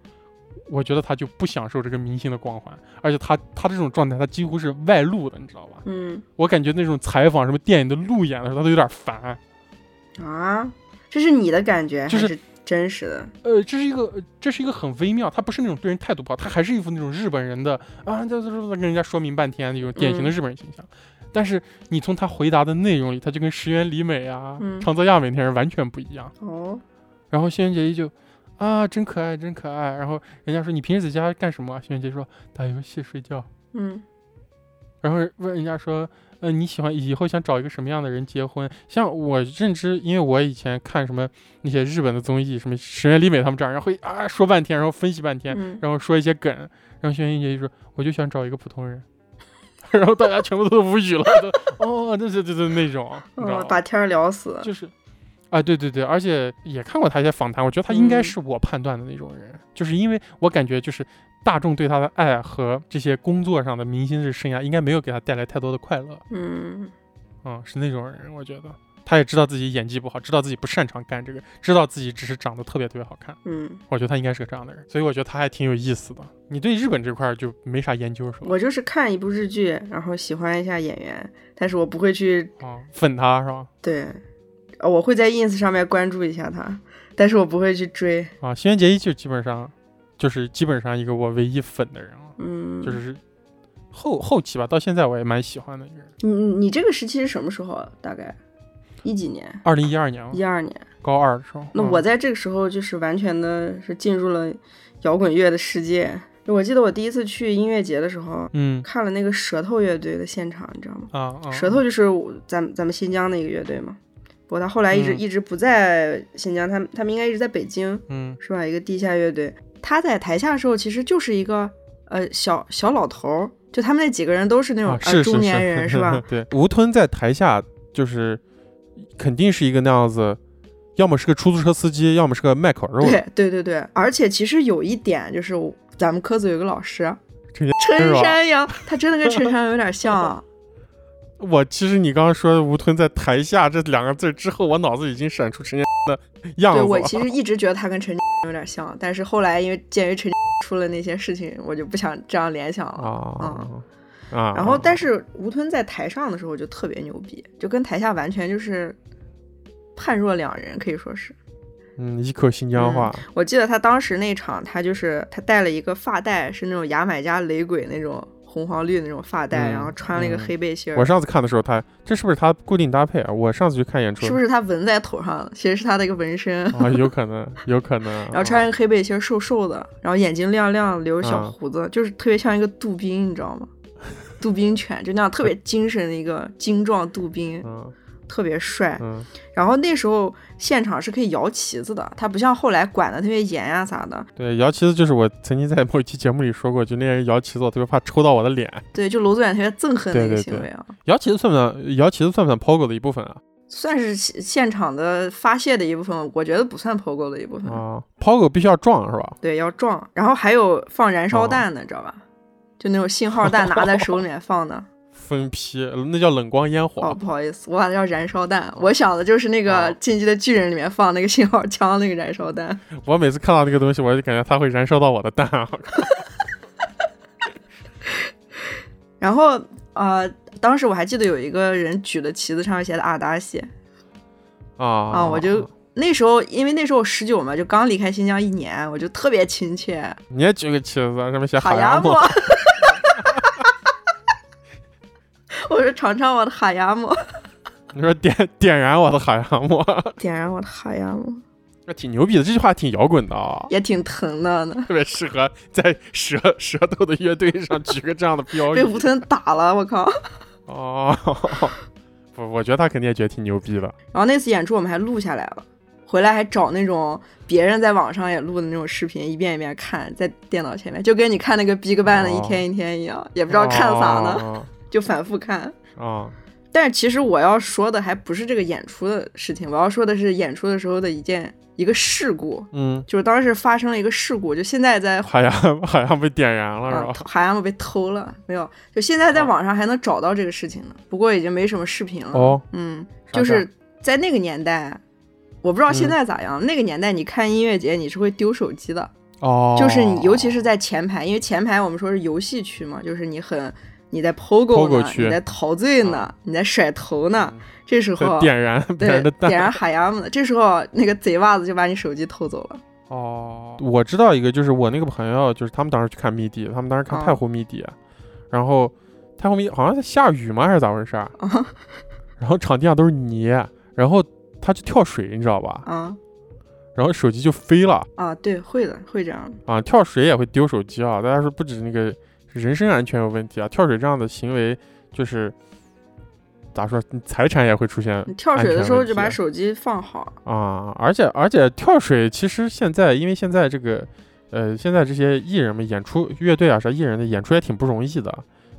[SPEAKER 1] 我觉得他就不享受这个明星的光环，而且他他这种状态，他几乎是外露的，你知道吧？
[SPEAKER 2] 嗯
[SPEAKER 1] 我感觉那种采访什么电影的路演的时候，他都有点烦。
[SPEAKER 2] 啊，这是你的感觉还
[SPEAKER 1] 就是
[SPEAKER 2] 是真实的？
[SPEAKER 1] 呃，这是一个，呃这是一个很微妙，他不是那种对人态度不好，他还是一副那种日本人的啊，这这这跟人家说明半天那种典型的
[SPEAKER 2] 嗯
[SPEAKER 1] 日本人形象。但是你从他回答的内容里，他就跟石原里美啊、
[SPEAKER 2] 嗯
[SPEAKER 1] 长泽雅美那些人完全不一样。
[SPEAKER 2] 哦
[SPEAKER 1] 然后轩辕结衣就啊，真可爱，真可爱。然后人家说你平时在家干什么啊？轩辕结衣说打游戏、睡觉。
[SPEAKER 2] 嗯
[SPEAKER 1] 然后问人家说，呃，你喜欢以后想找一个什么样的人结婚？像我认知，因为我以前看什么那些日本的综艺，什么石原里美他们这样，然后会啊说半天，然后分析半天，
[SPEAKER 2] 嗯
[SPEAKER 1] 然后说一些梗。然后轩辕结衣说，我就想找一个普通人。 然后大家全部都无语了，都哦，这这这这那种，你知道
[SPEAKER 2] 哦
[SPEAKER 1] 吧？
[SPEAKER 2] 把天儿聊死，
[SPEAKER 1] 就是，啊，对对对，而且也看过他一些访谈，我觉得他应该
[SPEAKER 2] 嗯
[SPEAKER 1] 是我判断的那种人，就是因为我感觉就是大众对他的爱和这些工作上的明星式生涯，应该没有给他带来太多的快乐，
[SPEAKER 2] 嗯
[SPEAKER 1] 嗯，是那种人，我觉得他也知道自己演技不好，知道自己不擅长干这个，知道自己只是长得特别特别好看，
[SPEAKER 2] 嗯。
[SPEAKER 1] 我觉得他应该是个这样的人，所以我觉得他还挺有意思的。你对日本这块儿就没啥研究是吧？
[SPEAKER 2] 我就是看一部日剧，然后喜欢一下演员，但是我不会去
[SPEAKER 1] 啊，粉他是吧？
[SPEAKER 2] 对，呃我会在 ins 上面关注一下他，但是我不会去追。
[SPEAKER 1] 啊，新垣结衣就基本上就是基本上一个我唯一粉的人了。
[SPEAKER 2] 嗯，
[SPEAKER 1] 就是后后期吧，到现在我也蛮喜欢的一个人。
[SPEAKER 2] 你你这个时期是什么时候啊？大概一几年？
[SPEAKER 1] 二零一二年嘛
[SPEAKER 2] 一二年。
[SPEAKER 1] 高二的时候，
[SPEAKER 2] 那
[SPEAKER 1] 嗯
[SPEAKER 2] 我在这个时候就是完全的是进入了摇滚乐的世界。我记得我第一次去音乐节的时候，
[SPEAKER 1] 嗯
[SPEAKER 2] 看了那个舌头乐队的现场，你知道吗？
[SPEAKER 1] 啊啊
[SPEAKER 2] 舌头就是我咱们咱们新疆的一个乐队嘛。不过他后来一直、
[SPEAKER 1] 嗯
[SPEAKER 2] 一直不在新疆，他们他们应该一直在北京。
[SPEAKER 1] 嗯
[SPEAKER 2] 是吧？一个地下乐队，他在台下的时候其实就是一个呃小小老头儿，就他们那几个人都是那种、
[SPEAKER 1] 啊是
[SPEAKER 2] 呃
[SPEAKER 1] 是
[SPEAKER 2] 中年人
[SPEAKER 1] 是
[SPEAKER 2] 吧？
[SPEAKER 1] 对，
[SPEAKER 3] 吴吞在台下就是肯定是一个那样子，要么是个出租车司机，要么是个卖烤肉的。
[SPEAKER 2] 对对对对，而且其实有一点就是我咱们科组有一个老师啊
[SPEAKER 1] 陈山
[SPEAKER 2] 陈
[SPEAKER 1] 是吧
[SPEAKER 2] 山阳，他真的跟陈山阳有点像啊，
[SPEAKER 3] 我其实你刚刚说的吴吞在台下这两个字之后，我脑子已经闪出陈年
[SPEAKER 1] 样
[SPEAKER 2] 对
[SPEAKER 1] 子
[SPEAKER 2] 我
[SPEAKER 1] 了。
[SPEAKER 2] 其实一直觉得他跟陈有点像，但是后来因为鉴于陈出了那些事情，我就不想这样联想了。
[SPEAKER 1] 啊啊！
[SPEAKER 2] 嗯然后，但
[SPEAKER 1] 是
[SPEAKER 2] 是吴吞在台上的时候就特别牛逼，就跟台下完全就是判若两人，可以说是。
[SPEAKER 1] 嗯，一口新疆话，
[SPEAKER 2] 我记得他当时那场，他就是他戴了一个发带，是那种牙买加雷鬼那种红黄绿那种发带，
[SPEAKER 1] 嗯
[SPEAKER 2] 然后穿了一个
[SPEAKER 1] 嗯
[SPEAKER 2] 黑背心儿
[SPEAKER 1] 我上次看的时候他，这是不是他固定搭配啊？我上次去看演出，
[SPEAKER 2] 是不是他纹在头上？其实是他的一个纹身，
[SPEAKER 1] 啊，有可能，有可能。 啊
[SPEAKER 2] 然后穿一个黑背心儿，瘦瘦的，然后眼睛亮亮，留着小
[SPEAKER 1] 嗯
[SPEAKER 2] 胡子，就是特别像一个杜宾，你知道吗？杜宾犬就那样特别精神的一个精壮杜宾，
[SPEAKER 1] 嗯
[SPEAKER 2] 特别帅。
[SPEAKER 1] 嗯
[SPEAKER 2] 然后那时候现场是可以摇旗子的，他不像后来管的特别严啊啥的。
[SPEAKER 1] 对，摇旗子就是我曾经在某一期节目里说过，就那人摇旗子，我特别怕抽到我的脸。
[SPEAKER 2] 对，就楼总远特别憎恨的一
[SPEAKER 1] 对对
[SPEAKER 2] 个行为啊，
[SPEAKER 1] 摇旗子算不算？摇旗子算不算 POGO 的一部分啊？
[SPEAKER 2] 算是现现场的发泄的一部分，我觉得不算 POGO 的一部分。
[SPEAKER 1] 啊，POGO 必须要撞是吧？
[SPEAKER 2] 对，要撞，然后还有放燃
[SPEAKER 1] 哦
[SPEAKER 2] 烧弹的，你知道吧？就那种信号弹拿在手里面放的。
[SPEAKER 1] 分批，那叫冷光烟
[SPEAKER 2] 哦，
[SPEAKER 1] 火。
[SPEAKER 2] 不好意思，我把它叫燃烧弹，我想的就是那个
[SPEAKER 1] 哦
[SPEAKER 2] 《进击的巨人》里面放那个信号枪那个燃烧弹。
[SPEAKER 1] 我每次看到那个东西，我就感觉它会燃烧到我的蛋 啊！
[SPEAKER 2] 然后呃，当时我还记得有一个人举的旗子上面写的阿达西，
[SPEAKER 1] 啊
[SPEAKER 2] 啊我就那时候因为那时候十九嘛，就刚离开新疆一年，我就特别亲切，
[SPEAKER 1] 你也举个旗子，啊上面写
[SPEAKER 2] 哈
[SPEAKER 1] 牙
[SPEAKER 2] 雅
[SPEAKER 1] 木
[SPEAKER 2] 木。 我说尝尝我的哈雅木，
[SPEAKER 1] 你说点点燃我的海洋木，
[SPEAKER 2] 点燃我的哈雅木，
[SPEAKER 1] 那挺牛逼的。这句话挺摇滚的啊、
[SPEAKER 2] 也挺疼的呢。
[SPEAKER 1] 特别适合在舌舌头的乐队上举个这样的标
[SPEAKER 2] 被
[SPEAKER 1] 语。
[SPEAKER 2] 吴吞打了，我靠！
[SPEAKER 1] 哦， 不，我觉得他肯定也觉得挺牛逼的。
[SPEAKER 2] 然后那次演出我们还录下来了，回来还找那种别人在网上也录的那种视频，一遍一遍看，在电脑前面，就跟你看那个 Big Bang 的哦 一天一天一样，也
[SPEAKER 1] 不
[SPEAKER 2] 不知道看啥呢，
[SPEAKER 1] 呢？
[SPEAKER 2] 就反复看。
[SPEAKER 1] 啊、
[SPEAKER 2] 但是其实我要说的还不是这个演出的事情，我要说的是演出的时候的一件一个事故，
[SPEAKER 1] 嗯，
[SPEAKER 2] 就是当时发生了一个事故，就现在在
[SPEAKER 1] 海 洋海洋被点燃了是
[SPEAKER 2] 啊
[SPEAKER 1] 吧？，
[SPEAKER 2] 海洋被偷了，没有，就现在在网上还能找到这个事情呢，不过已经没什么视频了。
[SPEAKER 1] 哦，
[SPEAKER 2] 嗯，
[SPEAKER 1] 啥
[SPEAKER 2] 就
[SPEAKER 1] 事儿
[SPEAKER 2] 是在那个年代，我不知道现
[SPEAKER 1] 嗯
[SPEAKER 2] 在咋样。那个年代，你看音乐节你是会丢手机的，
[SPEAKER 1] 哦，
[SPEAKER 2] 就是你尤其是在前排，因为前排我们说是游戏区嘛，就是你很你在 POGO
[SPEAKER 1] POGO
[SPEAKER 2] 呢，
[SPEAKER 1] 区啊嗯
[SPEAKER 2] 你在陶醉呢，你在甩头呢，这时
[SPEAKER 1] 在
[SPEAKER 2] 候
[SPEAKER 1] 点燃别
[SPEAKER 2] 对
[SPEAKER 1] 人的
[SPEAKER 2] 点燃
[SPEAKER 1] 蛋。
[SPEAKER 2] 海牙姆的，这时候那个贼袜子就把你手机偷走了。
[SPEAKER 1] 哦，我知道一个，就是我那个朋友，就是他们当时去看密地，他们当时看
[SPEAKER 2] 啊
[SPEAKER 1] 太湖密地，然后太湖密好像在下雨吗，还是咋回事儿？
[SPEAKER 2] 啊
[SPEAKER 1] 然后场地上都是泥，然后他去跳水，你知道吧？
[SPEAKER 2] 啊
[SPEAKER 1] 然后手机就飞了
[SPEAKER 2] 啊！对，会的，会这样。
[SPEAKER 1] 啊！跳水也会丢手机啊！大家说不止那个人身安全有问题啊，跳水这样的行为就是咋说，你财产也会出现
[SPEAKER 2] 你跳水的时候就把
[SPEAKER 1] 安全问题
[SPEAKER 2] 手机放好。
[SPEAKER 1] 啊！而且而且跳水其实现在因为现在这个呃现在这些艺人们演出乐队啊啥艺人的演出也挺不容易的。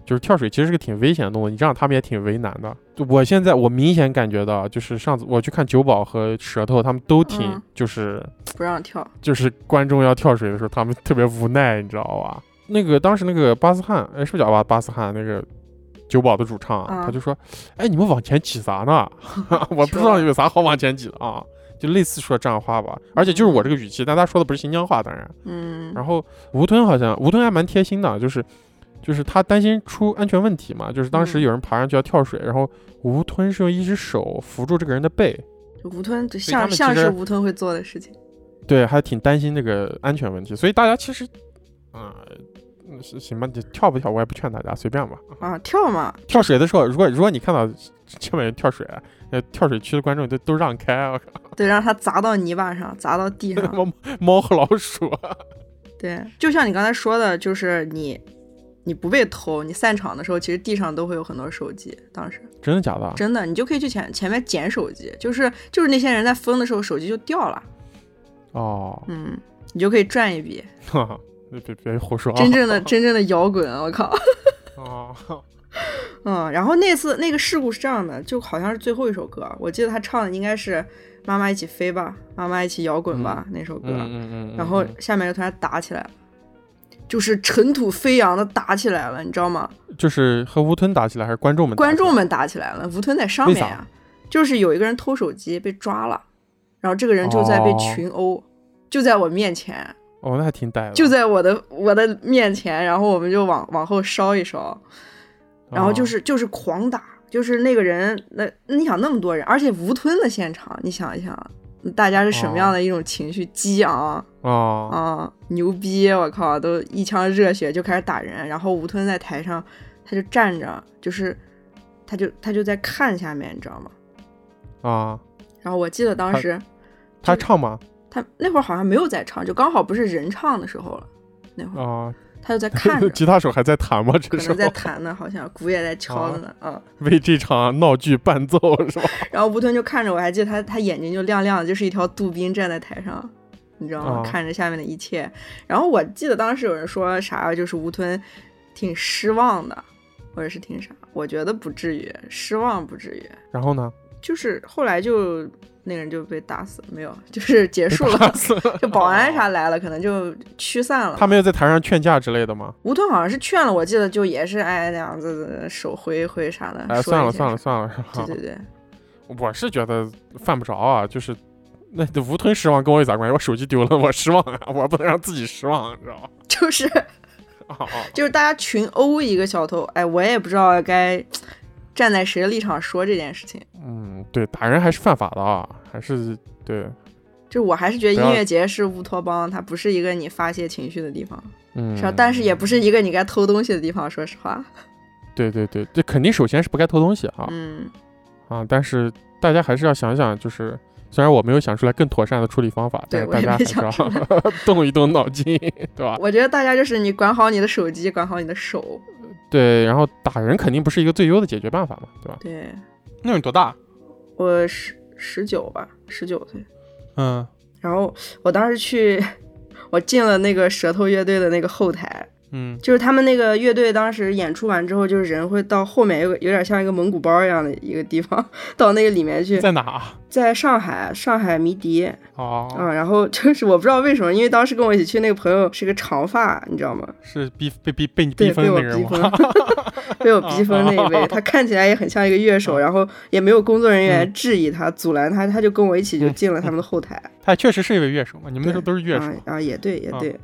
[SPEAKER 1] 就是跳水其实是个挺危险的动作，你让他们也挺为难的。就我现在我明显感觉到，啊就是上次我去看九保和舌头，他们都挺
[SPEAKER 2] 嗯
[SPEAKER 1] 就是
[SPEAKER 2] 不让跳，
[SPEAKER 1] 就是观众要跳水的时候，他们特别无奈，你知道吧？那个当时那个巴斯汉，哎，是不是叫巴巴斯汉？那个酒保的主唱，
[SPEAKER 2] 啊
[SPEAKER 1] 他就说：“哎，你们往前挤啥 呢？ 我不知道有啥好往前挤的啊。”就类似说这样的话吧，而且就是我这个语气，但他说的不是新疆话，当然。
[SPEAKER 2] 嗯，
[SPEAKER 1] 然后吴吞好像吴吞还蛮贴心的，就是就是他担心出安全问题嘛，就是当时
[SPEAKER 2] 嗯
[SPEAKER 1] 有人爬上去要跳水，然后吴吞是用一只手扶住这个人的背，
[SPEAKER 2] 就吴吞就
[SPEAKER 1] 他
[SPEAKER 2] 像
[SPEAKER 1] 们其
[SPEAKER 2] 像
[SPEAKER 1] 实
[SPEAKER 2] 是吴吞会做的事情。
[SPEAKER 1] 对，还挺担心这个安全问题，所以大家其实，啊、嗯行行吧，你跳不跳我也不劝大家，随便吧。
[SPEAKER 2] 啊，跳嘛，
[SPEAKER 1] 跳水的时候，如果如果你看到前面有跳水，呃，跳水区的观众都都让开，我靠，
[SPEAKER 2] 对，让它砸到泥巴上，砸到地 上。
[SPEAKER 1] 猫猫和老鼠，啊
[SPEAKER 2] 对，就像你刚才说的，就是你你不被偷，你散场的时候，其实地上都会有很多手机。当时
[SPEAKER 1] 真的假的？
[SPEAKER 2] 真的，你就可以去前前面捡手机，就是就是那些人在疯的时候，手机就掉了，
[SPEAKER 1] 哦，
[SPEAKER 2] 嗯，你就可以赚一笔。
[SPEAKER 1] 哈哈，别别胡说啊！
[SPEAKER 2] 真正的真正的摇滚，啊我靠！
[SPEAKER 1] 哦，
[SPEAKER 2] 嗯，然后那次那个事故是这样的，就好像是最后一首歌，我记得他唱的应该是《妈妈一起飞吧，妈妈一起摇滚吧》那首歌，
[SPEAKER 1] 嗯嗯嗯，
[SPEAKER 2] 然后
[SPEAKER 1] 嗯
[SPEAKER 2] 下面就突然打起来了，就是尘土飞扬的打起来了，你知道吗？
[SPEAKER 1] 就是和吴吞打起来，还是观众们打起来？
[SPEAKER 2] 观众们打起来了，吴吞在上面
[SPEAKER 1] 为
[SPEAKER 2] 呀、就是有一个人偷手机被抓了，然后这个人就在被
[SPEAKER 3] 哦
[SPEAKER 2] 群殴，就在我面前，
[SPEAKER 1] 嗯
[SPEAKER 3] 哦，那还挺呆的。
[SPEAKER 2] 就在我的我的面前，然后我们就往往后烧一
[SPEAKER 1] 哦
[SPEAKER 2] 烧，然后就
[SPEAKER 3] 哦
[SPEAKER 2] 是就是狂打，就是那个人，那你想那么多人，而且吴吞的现场，你想一想，大家是什
[SPEAKER 1] 哦
[SPEAKER 2] 么样的一种情绪，激昂
[SPEAKER 3] 哦
[SPEAKER 2] 啊，牛逼，我靠，都一腔热血就开始打人，然后吴吞在台上，他就站着，就是他就他就在看下面，你知道吗？
[SPEAKER 3] 啊，
[SPEAKER 2] 然后我记得当
[SPEAKER 3] 他
[SPEAKER 2] 时
[SPEAKER 3] 他唱吗？
[SPEAKER 2] 他那会儿好像没有在唱，就刚好不是人唱的时候了，那会儿
[SPEAKER 3] 啊，
[SPEAKER 1] 哦
[SPEAKER 2] 他就在看 着。
[SPEAKER 3] 吉他手还在弹吗？这
[SPEAKER 2] 可
[SPEAKER 3] 时
[SPEAKER 2] 能
[SPEAKER 3] 候哦
[SPEAKER 2] 在弹呢，好像鼓也在敲着呢，嗯。
[SPEAKER 3] 为这场闹剧伴奏是吧？
[SPEAKER 2] 然后吴吞就看着我，还记得他，他眼睛就亮亮的，就是一条杜宾站在台上，你知道
[SPEAKER 3] 啊
[SPEAKER 2] 吗？看着下面的一切。然后我记得当时有人说啥，啊就是吴吞挺失望的，或者是挺啥，我觉得不至于，失望不至于。
[SPEAKER 3] 然后呢？
[SPEAKER 2] 就是后来就那个人就被打死，没有， 就是结束
[SPEAKER 3] 打
[SPEAKER 2] 了，
[SPEAKER 3] 死了哦
[SPEAKER 2] 就保安啥来了，可能就驱散了。
[SPEAKER 3] 他没有在台上劝架之类的吗？
[SPEAKER 2] 吴吞好像是劝了，我记得就也是哎那样子手挥挥啥的，
[SPEAKER 3] 哎，
[SPEAKER 2] 啊说
[SPEAKER 3] 算
[SPEAKER 2] 一
[SPEAKER 3] 了
[SPEAKER 2] 些
[SPEAKER 3] 算了
[SPEAKER 2] 啥
[SPEAKER 3] 算了，是吧
[SPEAKER 2] 对对对，
[SPEAKER 3] 我是觉得犯不着啊，就是那吴吞失望跟我有啥关系？我手机丢了，我失望啊，我不能让自己失望，知道吧？
[SPEAKER 2] 就是
[SPEAKER 3] 啊啊
[SPEAKER 2] 就是大家群殴一个小偷，哎，我也不知道该站在谁的立场说这件事情。
[SPEAKER 3] 嗯，对，打人还是犯法的啊，还是对，
[SPEAKER 2] 就我还是觉得
[SPEAKER 3] 不要
[SPEAKER 2] 音乐节是乌托邦，它不是一个你发泄情绪的地方，
[SPEAKER 3] 嗯
[SPEAKER 2] 是吧？，但是也不是一个你该偷东西的地方，说实话。
[SPEAKER 3] 嗯对对对，这肯定首先是不该偷东西啊、
[SPEAKER 2] 嗯，
[SPEAKER 3] 啊，但是大家还是要想想，就是虽然我没有想出来更妥善的处理方法，但是
[SPEAKER 2] 对我
[SPEAKER 3] 大
[SPEAKER 2] 也
[SPEAKER 3] 家还
[SPEAKER 2] 没
[SPEAKER 3] 是
[SPEAKER 2] 想出
[SPEAKER 3] 要
[SPEAKER 2] 来。
[SPEAKER 3] 动一动脑筋，对吧？
[SPEAKER 2] 我觉得大家就是你管好你的手机，管好你的手。
[SPEAKER 3] 对，然后打人肯定不是一个最优的解决办法嘛，对吧？
[SPEAKER 2] 对
[SPEAKER 1] 那你多大？
[SPEAKER 2] 我十十九吧，十九岁。
[SPEAKER 1] 嗯，
[SPEAKER 2] 然后我当时去，我进了那个舌头乐队的那个后台，
[SPEAKER 1] 嗯，
[SPEAKER 2] 就是他们那个乐队当时演出完之后，就是人会到后面有个有点像一个蒙古包一样的一个地方，到那个里面去，
[SPEAKER 1] 在哪？
[SPEAKER 2] 在上海上海迷笛
[SPEAKER 1] 哦，
[SPEAKER 2] 啊，然后就是我不知道为什么，因为当时跟我一起去那个朋友是个长发，你知道吗？
[SPEAKER 1] 是逼被逼被你逼
[SPEAKER 2] 对，
[SPEAKER 1] 疯
[SPEAKER 2] 被
[SPEAKER 1] 那
[SPEAKER 2] 我
[SPEAKER 1] 个
[SPEAKER 2] 逼
[SPEAKER 1] 人
[SPEAKER 2] 疯
[SPEAKER 1] 吗？，哦
[SPEAKER 2] 被我逼疯那一位，他看起来也很像一个乐手，然后也没有工作人
[SPEAKER 1] 嗯
[SPEAKER 2] 员质疑他、阻拦他，他就跟我一起就进了他们的后台。
[SPEAKER 1] 他确实是一位乐手嘛，你们那时候都是乐手
[SPEAKER 2] 啊。啊，也对也
[SPEAKER 1] 啊
[SPEAKER 2] 对。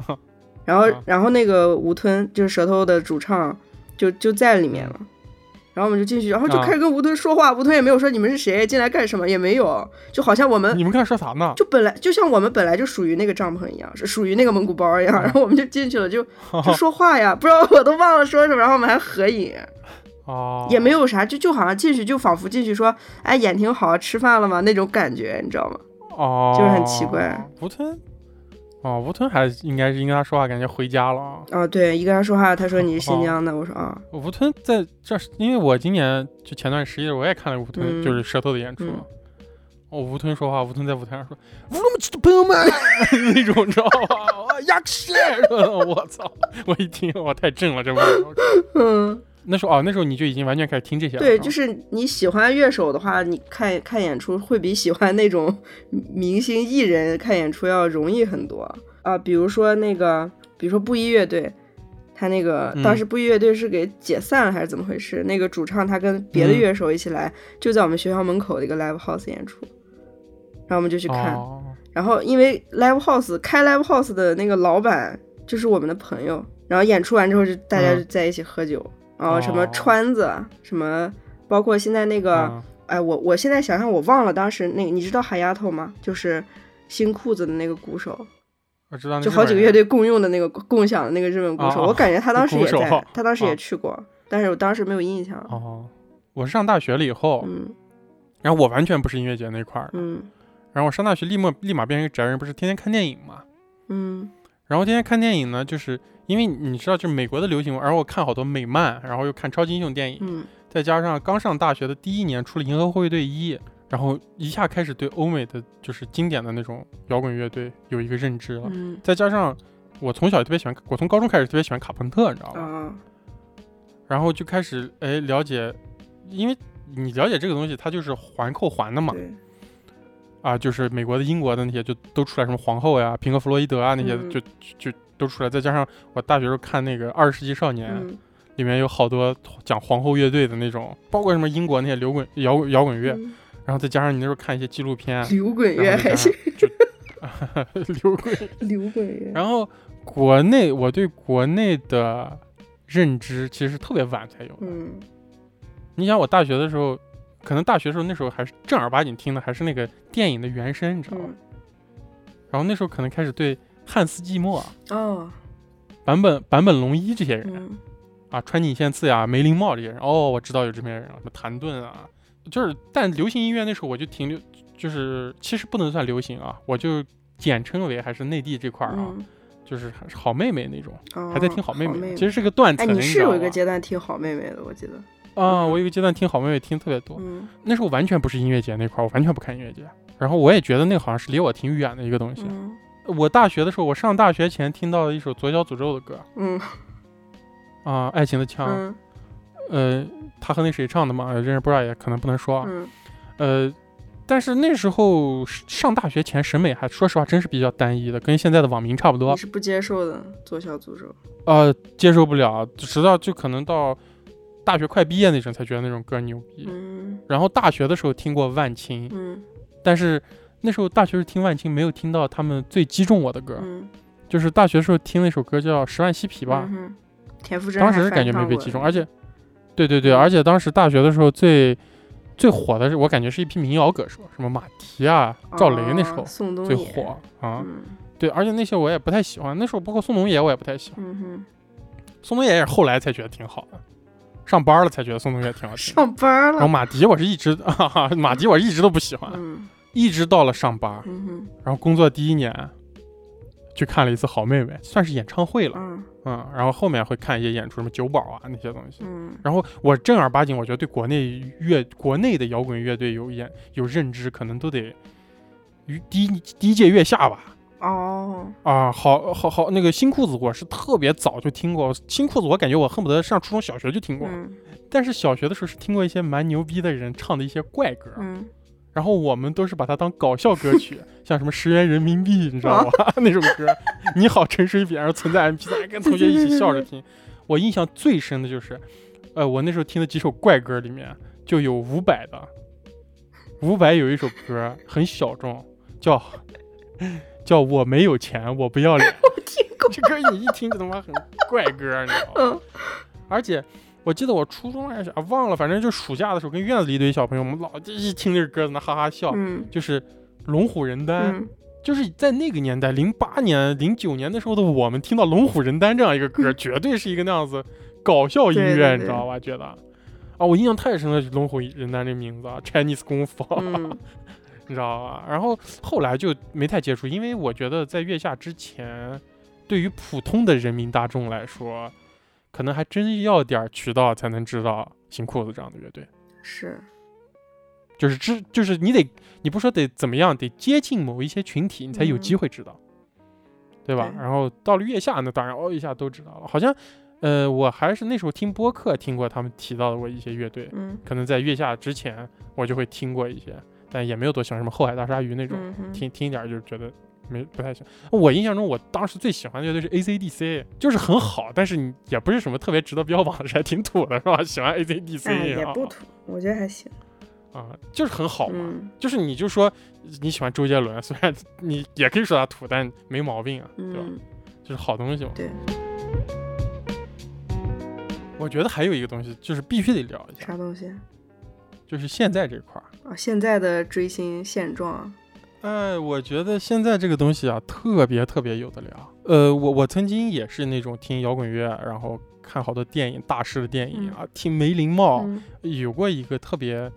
[SPEAKER 2] 然后
[SPEAKER 1] 啊
[SPEAKER 2] 然后那个吴吞就是舌头的主唱，就就在里面了。然后我们就进去，然后就
[SPEAKER 1] 嗯啊
[SPEAKER 2] 开始跟吴吞说话。吴吞也没有说你们是谁，进来干什么，也没有，就好像我们
[SPEAKER 1] 你们刚才说啥呢？
[SPEAKER 2] 就本来就像我们本来就属于那个帐篷一样，是属于那个蒙古包一
[SPEAKER 1] 嗯
[SPEAKER 2] 样。然后我们就进去 了，就就说话呀，不知道我都忘了说什么。然后我们还合影，
[SPEAKER 1] 哦，
[SPEAKER 2] 也没有啥，就就好像进去就仿佛进去说，哎，演挺好，吃饭了吗？那种感觉，你知道吗？
[SPEAKER 1] 哦，
[SPEAKER 2] 就是很奇怪。
[SPEAKER 1] 吴吞，哦，吴吞还应该是应该他说话感觉回家了啊。
[SPEAKER 2] 啊，对，一跟他说话，他
[SPEAKER 1] 哦
[SPEAKER 2] 说你是新疆的，我说啊，
[SPEAKER 1] 吴吞在这儿，因为我今年就前段十一我也看了吴吞，
[SPEAKER 2] 嗯
[SPEAKER 1] 就是舌头的演出。
[SPEAKER 2] 嗯
[SPEAKER 1] 哦，吴吞说话，吴吞在舞台上说“乌鲁木齐的朋友们” 那种，你知道吧？哇呀，是，我操！我一听，我太正了，这味儿。
[SPEAKER 2] 嗯。
[SPEAKER 1] 那时候哦，那时候你就已经完全开始听这些了。
[SPEAKER 2] 对，
[SPEAKER 1] 吧
[SPEAKER 2] 就是你喜欢乐手的话，你看看演出会比喜欢那种明星艺人看演出要容易很多啊。比如说那个，比如说布衣乐队，他那个
[SPEAKER 1] 嗯
[SPEAKER 2] 当时布衣乐队是给解散了还是怎么回事？那个主唱他跟别的
[SPEAKER 1] 嗯
[SPEAKER 2] 乐手一起来，就在我们学校门口的一个 live house 演出，然后我们就去看。
[SPEAKER 1] 哦
[SPEAKER 2] 然后因为 live house 开 live house 的那个老板就是我们的朋友，然后演出完之后就大家
[SPEAKER 1] 嗯
[SPEAKER 2] 就在一起喝酒，然后什么
[SPEAKER 1] 哦
[SPEAKER 2] 川子，什么包括现在那个，
[SPEAKER 1] 嗯
[SPEAKER 2] 哎，我我现在想想我忘了当时那个，你知道海丫头吗？就是新裤子的那个鼓手，
[SPEAKER 1] 我知道啊那
[SPEAKER 2] 就
[SPEAKER 1] 日
[SPEAKER 2] 好
[SPEAKER 1] 本
[SPEAKER 2] 几个
[SPEAKER 1] 人
[SPEAKER 2] 乐队共用的那个共享的那个日本鼓手，
[SPEAKER 1] 哦哦
[SPEAKER 2] 我感觉他当时
[SPEAKER 1] 鼓
[SPEAKER 2] 也在
[SPEAKER 1] 手，
[SPEAKER 2] 他当时也
[SPEAKER 1] 哦
[SPEAKER 2] 去过，但是我当时没有印象。
[SPEAKER 1] 哦，我是上大学了以后，
[SPEAKER 2] 嗯
[SPEAKER 1] 然后我完全不是音乐节那块儿的，
[SPEAKER 2] 嗯
[SPEAKER 1] 然后我上大学立马立马变成一个宅人，不是天天看电影嘛？
[SPEAKER 2] 嗯
[SPEAKER 1] 然后天天看电影呢，就是因为你知道，就是美国的流行文，然后我看好多美漫，然后又看超级英雄电影，
[SPEAKER 2] 嗯
[SPEAKER 1] 再加上刚上大学的第一年出了《银河护卫队一》，然后一下开始对欧美的就是经典的那种摇滚乐队有一个认知了。
[SPEAKER 2] 嗯
[SPEAKER 1] 再加上我从小特别喜欢，我从高中开始特别喜欢卡朋特，你知道吗？
[SPEAKER 2] 啊
[SPEAKER 1] 然后就开始哎了解，因为你了解这个东西，它就是环扣环的嘛，
[SPEAKER 2] 对
[SPEAKER 1] 啊，就是美国的、英国的那些就都出来，什么皇后呀、平克·弗洛伊德啊那些
[SPEAKER 2] 嗯
[SPEAKER 1] 就就就都出来。再加上我大学时候看那个《二十世纪少年》
[SPEAKER 2] 嗯
[SPEAKER 1] 里面有好多讲皇后乐队的那种，包括什么英国那些摇滚摇滚摇滚乐，
[SPEAKER 2] 嗯
[SPEAKER 1] 然然后再加上你那时候看一些纪录片，啊
[SPEAKER 2] 刘滚乐
[SPEAKER 1] 然后再
[SPEAKER 2] 还
[SPEAKER 1] 加
[SPEAKER 2] 是
[SPEAKER 1] 上就 刘贵。
[SPEAKER 2] 刘滚乐？
[SPEAKER 1] 然后国内我对国内的认知其实特别晚才有的。
[SPEAKER 2] 嗯
[SPEAKER 1] 你想我大学的时候，可能大学的时候那时候还是正儿八经听的还是那个电影的原声，你知道吗？
[SPEAKER 2] 嗯
[SPEAKER 1] 然后那时候可能开始对汉斯季默、
[SPEAKER 2] 哦
[SPEAKER 1] 坂本坂本龙一这些人、
[SPEAKER 2] 嗯
[SPEAKER 1] 啊，川井宪次呀、梅林茂这些人，哦，我知道有这些人了，什么谭盾啊，就是但流行音乐那时候我就停留，就是其实不能算流行啊，我就简称为还是内地这块儿啊，
[SPEAKER 2] 嗯
[SPEAKER 1] 就是还是好妹妹那种，
[SPEAKER 2] 哦，
[SPEAKER 1] 还在听好妹
[SPEAKER 2] 妹
[SPEAKER 1] 妹，其实是个断层，
[SPEAKER 2] 哎，你是
[SPEAKER 1] 知道啊
[SPEAKER 2] 有一个
[SPEAKER 1] 吗
[SPEAKER 2] 阶段听好妹妹的，我记得。
[SPEAKER 1] 啊，我有一个阶段听好妹妹听特别多，
[SPEAKER 2] 嗯
[SPEAKER 1] 那时候完全不是音乐节那块儿，我完全不看音乐节。然后我也觉得那好像是离我挺远的一个东西。
[SPEAKER 2] 嗯
[SPEAKER 1] 我大学的时候，我上大学前听到了一首左小诅咒的歌
[SPEAKER 2] 嗯
[SPEAKER 1] 啊，爱情的枪》。
[SPEAKER 2] 嗯
[SPEAKER 1] 呃，他和那谁唱的嘛，呃认识不知道也可能不能说啊。
[SPEAKER 2] 嗯
[SPEAKER 1] 呃，但是那时候上大学前审美还说实话真是比较单一的，跟现在的网民差不多
[SPEAKER 2] 你。是不接受的，左小诅咒。
[SPEAKER 1] 呃，接受不了，直到就可能到大学快毕业那阵才觉得那种歌牛逼。
[SPEAKER 2] 嗯
[SPEAKER 1] 然后大学的时候听过万青，
[SPEAKER 2] 嗯
[SPEAKER 1] 但是那时候大学是听万青，没有听到他们最击中我的歌，
[SPEAKER 2] 嗯，
[SPEAKER 1] 就是大学时候听那首歌叫《十万嬉皮》吧，
[SPEAKER 2] 嗯哼？田馥甄
[SPEAKER 1] 当
[SPEAKER 2] 还
[SPEAKER 1] 时是感觉
[SPEAKER 2] 翻
[SPEAKER 1] 没被
[SPEAKER 2] 唱
[SPEAKER 1] 击
[SPEAKER 2] 过
[SPEAKER 1] 中，而且，对对对，而且当时大学的时候最最火的是，我感觉是一批民谣歌手，什么马蹄啊、赵雷那时候
[SPEAKER 2] 哦、宋冬
[SPEAKER 1] 最
[SPEAKER 2] 野
[SPEAKER 1] 火啊，
[SPEAKER 2] 嗯
[SPEAKER 1] 对，而且那些我也不太喜欢，那时候包括宋冬野我也不太喜欢，
[SPEAKER 2] 嗯哼，
[SPEAKER 1] 宋冬野也是后来才觉得挺好的，上班了才觉得宋冬野挺好听的。
[SPEAKER 2] 上班
[SPEAKER 1] 然后
[SPEAKER 2] 了。
[SPEAKER 1] 马迪我是一直， 哈哈，马迪我是一直都不喜欢，
[SPEAKER 2] 嗯
[SPEAKER 1] 一直到了上班，
[SPEAKER 2] 嗯哼
[SPEAKER 1] 然后工作第一年去看了一次好妹妹，算是演唱会了，
[SPEAKER 2] 嗯
[SPEAKER 1] 嗯，然后后面会看一些演出，什么九宝啊那些东西。
[SPEAKER 2] 嗯
[SPEAKER 1] 然后我正儿八经，我觉得对国内乐、国内的摇滚乐队有演有认知，可能都得于第一第一届月下吧。
[SPEAKER 2] 哦
[SPEAKER 1] 啊，好好好，那个新裤子我是特别早就听过，新裤子我感觉我恨不得上初中小学就听过，
[SPEAKER 2] 嗯
[SPEAKER 1] 但是小学的时候是听过一些蛮牛逼的人唱的一些怪歌，
[SPEAKER 2] 嗯
[SPEAKER 1] 然后我们都是把它当搞笑歌 曲，像什么十元人民币，你知道吗？那首歌，你好陈水扁，然后存在 M P 3跟同学一起笑着听。我印象最深的就是，呃，我那时候听的几首怪歌里面就有伍佰的，伍佰有一首歌很小众，叫叫我没有钱，我不要 脸。
[SPEAKER 2] 听过
[SPEAKER 1] 这歌你一听就他妈很怪歌，你知道吗？
[SPEAKER 2] 嗯
[SPEAKER 1] 而且我记得我初中还是啊忘了，反正就暑假的时候跟院子里一堆小朋友，我们老就一听这歌在那哈哈笑，
[SPEAKER 2] 嗯
[SPEAKER 1] 就是龙虎人丹，
[SPEAKER 2] 嗯
[SPEAKER 1] 就是在那个年代，零八年、零九年的时候的我们，听到龙虎人丹这样一个歌，绝对是一个那样子搞笑音
[SPEAKER 2] 嗯对
[SPEAKER 1] 乐，
[SPEAKER 2] 对
[SPEAKER 1] 你知
[SPEAKER 2] 对
[SPEAKER 1] 道吧？觉得。啊，我印象太深了，龙虎人丹这名字啊，Chinese 功夫，
[SPEAKER 2] 嗯
[SPEAKER 1] 你知道吧？然后后来就没太接触，因为我觉得在月下之前，对于普通的人民大众来说，可能还真要点儿渠道才能知道新裤子这样的乐队。
[SPEAKER 2] 是
[SPEAKER 1] 就是知，就是你得，你不说得怎么样，得接近某一些群体，你才有
[SPEAKER 2] 嗯
[SPEAKER 1] 机会知道，对吧？
[SPEAKER 2] 对
[SPEAKER 1] 然后到了月下，那当然哦一下都知道了。好像，呃，我还是那时候听播客听过他们提到的过一些乐队，
[SPEAKER 2] 嗯
[SPEAKER 1] 可能在月下之前我就会听过一些，但也没有多喜欢什么后海大鲨鱼那种，
[SPEAKER 2] 嗯哼
[SPEAKER 1] 听听一点儿就觉得没不太喜欢。我印象中，我当时最喜欢的乐队是 AC/DC，就是很好，但是你也不是什么特别值得标榜的事，还挺土的是吧？喜欢 AC/DC
[SPEAKER 2] 哎也
[SPEAKER 1] 啊
[SPEAKER 2] 不土，我觉得还行。
[SPEAKER 1] 啊，就是很好嘛。
[SPEAKER 2] 嗯
[SPEAKER 1] 就是你就说你喜欢周杰伦，虽 然你也可以说他土，但没毛病啊，对吧？
[SPEAKER 2] 嗯
[SPEAKER 1] 就是好东西嘛。
[SPEAKER 2] 对，
[SPEAKER 1] 我觉得还有一个东西就是必须得聊一下，
[SPEAKER 2] 啥东西？
[SPEAKER 1] 就是现在这块儿。
[SPEAKER 2] 啊，现在的追星现状，啊
[SPEAKER 1] 哎，我觉得现在这个东西啊，特别特别有的聊。呃，我我曾经也是那种听摇滚乐，然后看好多电影大师的电影
[SPEAKER 2] 嗯
[SPEAKER 1] 啊，听梅林茂，
[SPEAKER 2] 嗯
[SPEAKER 1] 有过一个特别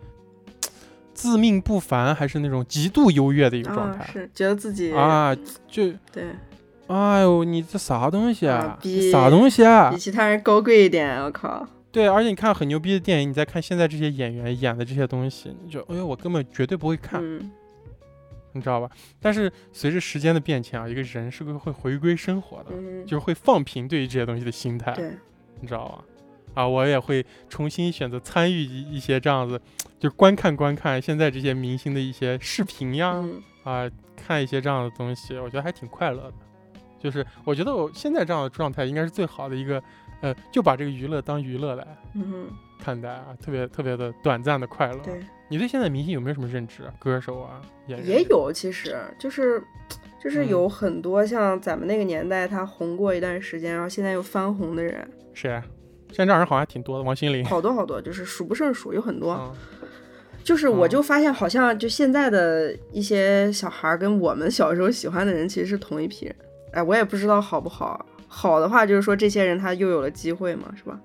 [SPEAKER 1] 自命不凡，还是那种极度优越的一个状
[SPEAKER 2] 啊
[SPEAKER 1] 态
[SPEAKER 2] 是觉得自己
[SPEAKER 1] 啊就
[SPEAKER 2] 对
[SPEAKER 1] 哎呦，你这啥东西
[SPEAKER 2] 啊
[SPEAKER 1] 啊？
[SPEAKER 2] 比
[SPEAKER 1] 啥东西啊？
[SPEAKER 2] 比其他人高贵一点，我靠，
[SPEAKER 1] 对，而且你看很牛逼的电影，你再看现在这些演员演的这些东西，你就哎呦，我根本绝对不会看，
[SPEAKER 2] 嗯
[SPEAKER 1] 你知道吧？但是随着时间的变迁啊，一个人是会会回归生活的，
[SPEAKER 2] 嗯，
[SPEAKER 1] 就是会放平对于这些东西的心态，
[SPEAKER 2] 对，
[SPEAKER 1] 你知道吧？啊，我也会重新选择参与一一些这样子，就观看观看现在这些明星的一些视频呀，
[SPEAKER 2] 嗯
[SPEAKER 1] 啊，看一些这样的东西，我觉得还挺快乐的。就是我觉得我现在这样的状态应该是最好的一个，呃，就把这个娱乐当娱乐来
[SPEAKER 2] 嗯哼，
[SPEAKER 1] 看待啊，特别特别的短暂的快乐。
[SPEAKER 2] 对，
[SPEAKER 1] 你对现在明星有没有什么认知啊？歌手啊，演员
[SPEAKER 2] 也有，其实就是就是
[SPEAKER 1] 嗯
[SPEAKER 2] 有很多像咱们那个年代他红过一段时间，然后现在又翻红的人，
[SPEAKER 1] 谁啊？现在这样人好像还挺多的，王心凌。
[SPEAKER 2] 好多好多，就是数不胜数，有 很多。
[SPEAKER 1] 啊，
[SPEAKER 2] 就是
[SPEAKER 1] 嗯
[SPEAKER 2] 我就发现，好像就现在的一些小孩儿跟我们小时候喜欢的人其实是同一批人。哎，我也不知道好不好。好的话就是说，这些人他又有了机会嘛，是吧？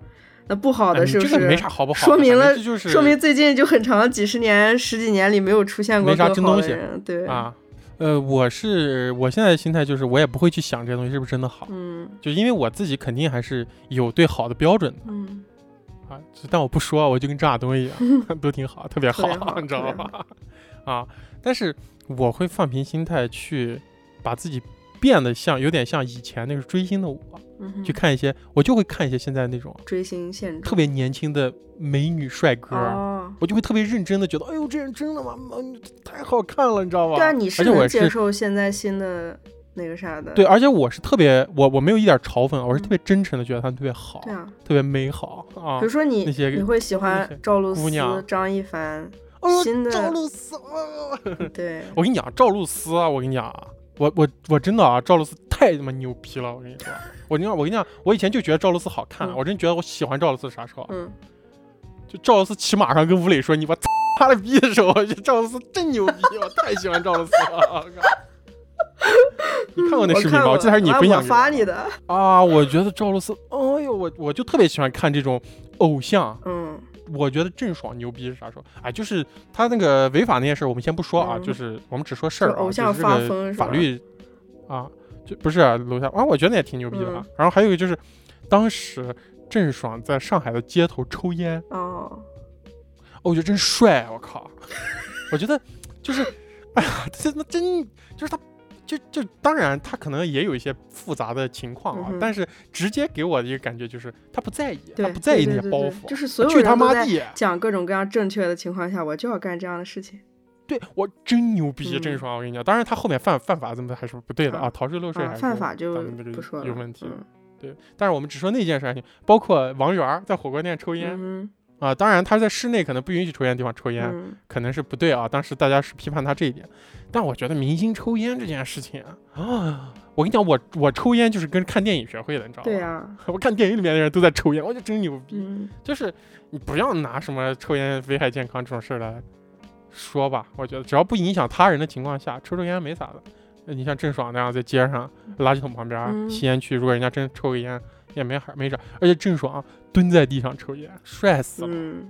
[SPEAKER 2] 那不好
[SPEAKER 1] 哎
[SPEAKER 2] 的
[SPEAKER 1] 你
[SPEAKER 2] 是不是？
[SPEAKER 1] 这个没啥好不好的？
[SPEAKER 2] 说明
[SPEAKER 1] 反正
[SPEAKER 2] 了
[SPEAKER 1] 这就是
[SPEAKER 2] 说明最近就很长几十年、十几年里没有出现过
[SPEAKER 1] 没啥
[SPEAKER 2] 更
[SPEAKER 1] 真
[SPEAKER 2] 好
[SPEAKER 1] 东
[SPEAKER 2] 的
[SPEAKER 1] 西
[SPEAKER 2] 人。对，
[SPEAKER 1] 啊，呃，我是我现在的心态就是，我也不会去想这些东西是不是真的好，
[SPEAKER 2] 嗯
[SPEAKER 1] 就因为我自己肯定还是有对好的标准的
[SPEAKER 2] 嗯，
[SPEAKER 1] 啊，就但我不说，我就跟张亚东一 样，都挺好，特别
[SPEAKER 2] 特别好
[SPEAKER 1] 你知道
[SPEAKER 2] 特别
[SPEAKER 1] 吧？啊，但是我会放平心态去把自己变得像有点像以前那个追星的我，
[SPEAKER 2] 嗯哼
[SPEAKER 1] 去看一些，我就会看一些现在那种
[SPEAKER 2] 追星现
[SPEAKER 1] 特
[SPEAKER 2] 状。
[SPEAKER 1] 别年轻的美女帅哥。
[SPEAKER 2] 哦，
[SPEAKER 1] 我就会特别认真的觉得，哎呦，这人真的吗？嗯太好看了，你知道吧？
[SPEAKER 2] 对啊，你是
[SPEAKER 1] 而且我
[SPEAKER 2] 能
[SPEAKER 1] 也
[SPEAKER 2] 接
[SPEAKER 1] 是
[SPEAKER 2] 受现在新的那个啥的？
[SPEAKER 1] 对，而且我是特别，我我没有一点嘲讽，我是
[SPEAKER 2] 嗯
[SPEAKER 1] 特别真诚的觉得他们特别好，
[SPEAKER 2] 对啊，
[SPEAKER 1] 特别美好啊
[SPEAKER 2] 比如！说你
[SPEAKER 1] 那些
[SPEAKER 2] 你会喜
[SPEAKER 1] 那些
[SPEAKER 2] 欢赵
[SPEAKER 1] 姑
[SPEAKER 2] 露思
[SPEAKER 1] 娘、
[SPEAKER 2] 张一凡，
[SPEAKER 1] 哎呦
[SPEAKER 2] 新的
[SPEAKER 1] 赵露思，哦
[SPEAKER 2] 对，
[SPEAKER 1] 我跟你讲，赵露思啊，我跟你讲啊，我我我真的啊，赵露思太他妈牛逼了，我跟你说，我跟你讲，我跟你讲，我以前就觉得赵露思好看，啊
[SPEAKER 2] 嗯
[SPEAKER 1] 我真觉得我喜欢赵露思是啥时候？
[SPEAKER 2] 嗯，
[SPEAKER 1] 就赵露思骑马上跟吴磊说你我他了逼的时候，我觉得赵露思真牛逼，我太喜欢赵露思了。我靠 你看过那
[SPEAKER 2] 我
[SPEAKER 1] 视频
[SPEAKER 2] 看
[SPEAKER 1] 吗？
[SPEAKER 2] 过
[SPEAKER 1] 我记得还是你
[SPEAKER 2] 啊
[SPEAKER 1] 分享
[SPEAKER 2] 我
[SPEAKER 1] 给
[SPEAKER 2] 发你的，
[SPEAKER 1] 啊，我觉得赵露思，哎呦，我我就特别喜欢看这种偶像。
[SPEAKER 2] 嗯
[SPEAKER 1] 我觉得郑爽牛逼是啥时候？哎，就是他那个违法那些事儿，我们先不说啊，
[SPEAKER 2] 嗯
[SPEAKER 1] 就是我们只说事儿、啊，
[SPEAKER 2] 就偶像
[SPEAKER 1] 就是
[SPEAKER 2] 发
[SPEAKER 1] 这
[SPEAKER 2] 疯
[SPEAKER 1] 个
[SPEAKER 2] 是
[SPEAKER 1] 法
[SPEAKER 2] 吧
[SPEAKER 1] 律啊，就不是、啊、楼下啊，我觉得也挺牛逼的、啊
[SPEAKER 2] 嗯
[SPEAKER 1] 然后还有一个就是，当时郑爽在上海的街头抽烟，
[SPEAKER 2] 哦，
[SPEAKER 1] 哦，我觉得真帅，我 靠，我觉得就是，哎呀，这他妈真就是他，就就当然他可能也有一些复杂的情况啊，
[SPEAKER 2] 嗯哼
[SPEAKER 1] 但是直接给我的一个感觉就是他不在意，他
[SPEAKER 2] 对，
[SPEAKER 1] 不在意
[SPEAKER 2] 对
[SPEAKER 1] 那些
[SPEAKER 2] 对对
[SPEAKER 1] 包
[SPEAKER 2] 对
[SPEAKER 1] 袱，
[SPEAKER 2] 就是所有
[SPEAKER 1] 去
[SPEAKER 2] 人
[SPEAKER 1] 他
[SPEAKER 2] 都
[SPEAKER 1] 妈
[SPEAKER 2] 在
[SPEAKER 1] 地，
[SPEAKER 2] 讲各种各样正确的情况下，我就要干这样的事情。
[SPEAKER 1] 对我真牛逼，
[SPEAKER 2] 嗯
[SPEAKER 1] 郑啊爽，我跟你讲，当然他后面犯犯法怎么还是不对的啊，
[SPEAKER 2] 啊
[SPEAKER 1] 逃税漏税
[SPEAKER 2] 啊
[SPEAKER 1] 还，是
[SPEAKER 2] 犯法就
[SPEAKER 1] 咱们这个
[SPEAKER 2] 不说了，
[SPEAKER 1] 有问题的
[SPEAKER 2] 嗯
[SPEAKER 1] 对，但是我们只说那件事情，包括王源儿在火锅店抽烟
[SPEAKER 2] 嗯
[SPEAKER 1] 啊，当然他在室内可能不允许抽烟的地方抽烟，
[SPEAKER 2] 嗯，
[SPEAKER 1] 可能是不对啊，当时大家是批判他这一点，但我觉得明星抽烟这件事情啊，啊我跟你讲，我我抽烟就是跟看电影学会的，你知道吗？
[SPEAKER 2] 对啊，
[SPEAKER 1] 我看电影里面的人都在抽烟，我就真牛逼。
[SPEAKER 2] 嗯，
[SPEAKER 1] 就是你不要拿什么抽烟危害健康这种事儿来说吧，我觉得只要不影响他人的情况下，抽抽烟没啥的。那你像郑爽那样在街上垃圾桶旁边、
[SPEAKER 2] 嗯
[SPEAKER 1] 吸烟区，如果人家真抽个烟也没啥没啥，而且郑爽蹲在地上抽烟，帅死了、
[SPEAKER 2] 嗯，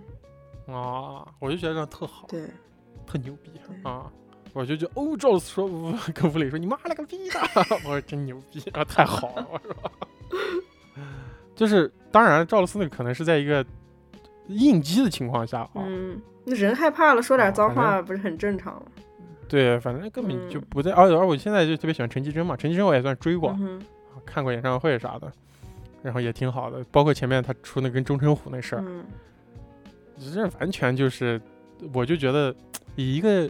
[SPEAKER 1] 啊！我就觉得这样特好。
[SPEAKER 2] 对，
[SPEAKER 1] 特牛逼
[SPEAKER 2] 对
[SPEAKER 1] 啊！我就觉得哦，赵露思说我跟吴磊说你妈了个逼的， 我说真牛 逼啊，太好了，我说。 就是当然，赵露思那个可能是在一个应激的情况下啊，
[SPEAKER 2] 嗯，那人害怕了，说
[SPEAKER 1] 啊
[SPEAKER 2] 点脏
[SPEAKER 1] 反
[SPEAKER 2] 话不是很正常吗？
[SPEAKER 1] 对，反正根本就
[SPEAKER 2] 嗯
[SPEAKER 1] 不在。而、而我现在就特别喜欢陈绮贞嘛，陈绮贞我也算追过，
[SPEAKER 2] 嗯哼
[SPEAKER 1] 看过演唱会啥的，然后也挺好的。包括前面她出那跟钟成虎那事儿，
[SPEAKER 2] 嗯
[SPEAKER 1] 这完全就是，我就觉得以一个，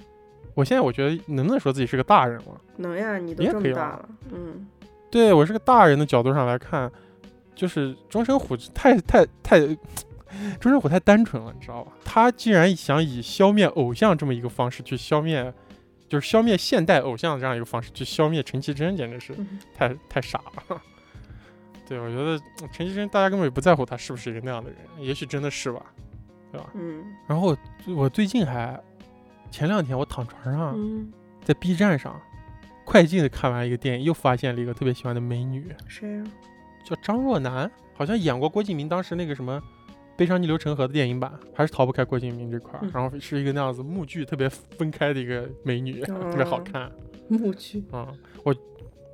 [SPEAKER 1] 我现在我觉得能不能说自己是个大人了？
[SPEAKER 2] 能呀，你都
[SPEAKER 1] 也
[SPEAKER 2] 这
[SPEAKER 1] 可以
[SPEAKER 2] 么大
[SPEAKER 1] 啊
[SPEAKER 2] 了，嗯，
[SPEAKER 1] 对我是个大人的角度上来看，就是钟神虎太太太，钟神虎太单纯了，你知道吧？他既然想以消灭偶像这么一个方式去消灭，就是消灭现代偶像这样一个方式去消灭陈绮贞，简直是
[SPEAKER 2] 嗯
[SPEAKER 1] 太太傻了。 对，我觉得嗯陈绮贞大家根本也不在乎她是不是一个那样的人，也许真的是吧。
[SPEAKER 2] 嗯
[SPEAKER 1] 然后我我最近还前两天我躺床上
[SPEAKER 2] 嗯，
[SPEAKER 1] 在 B 站上快进的看完一个电影，又发现了一个特别喜欢的美女。
[SPEAKER 2] 谁呀？
[SPEAKER 1] 叫张若楠，好像演过郭敬明当时那个什么《悲伤逆流成河》的电影版，还是逃不开郭敬明这块儿。
[SPEAKER 2] 嗯
[SPEAKER 1] 然后是一个那样子木剧特别分开的一个美女，
[SPEAKER 2] 哦
[SPEAKER 1] 特别好看啊、
[SPEAKER 2] 木剧，
[SPEAKER 1] 嗯我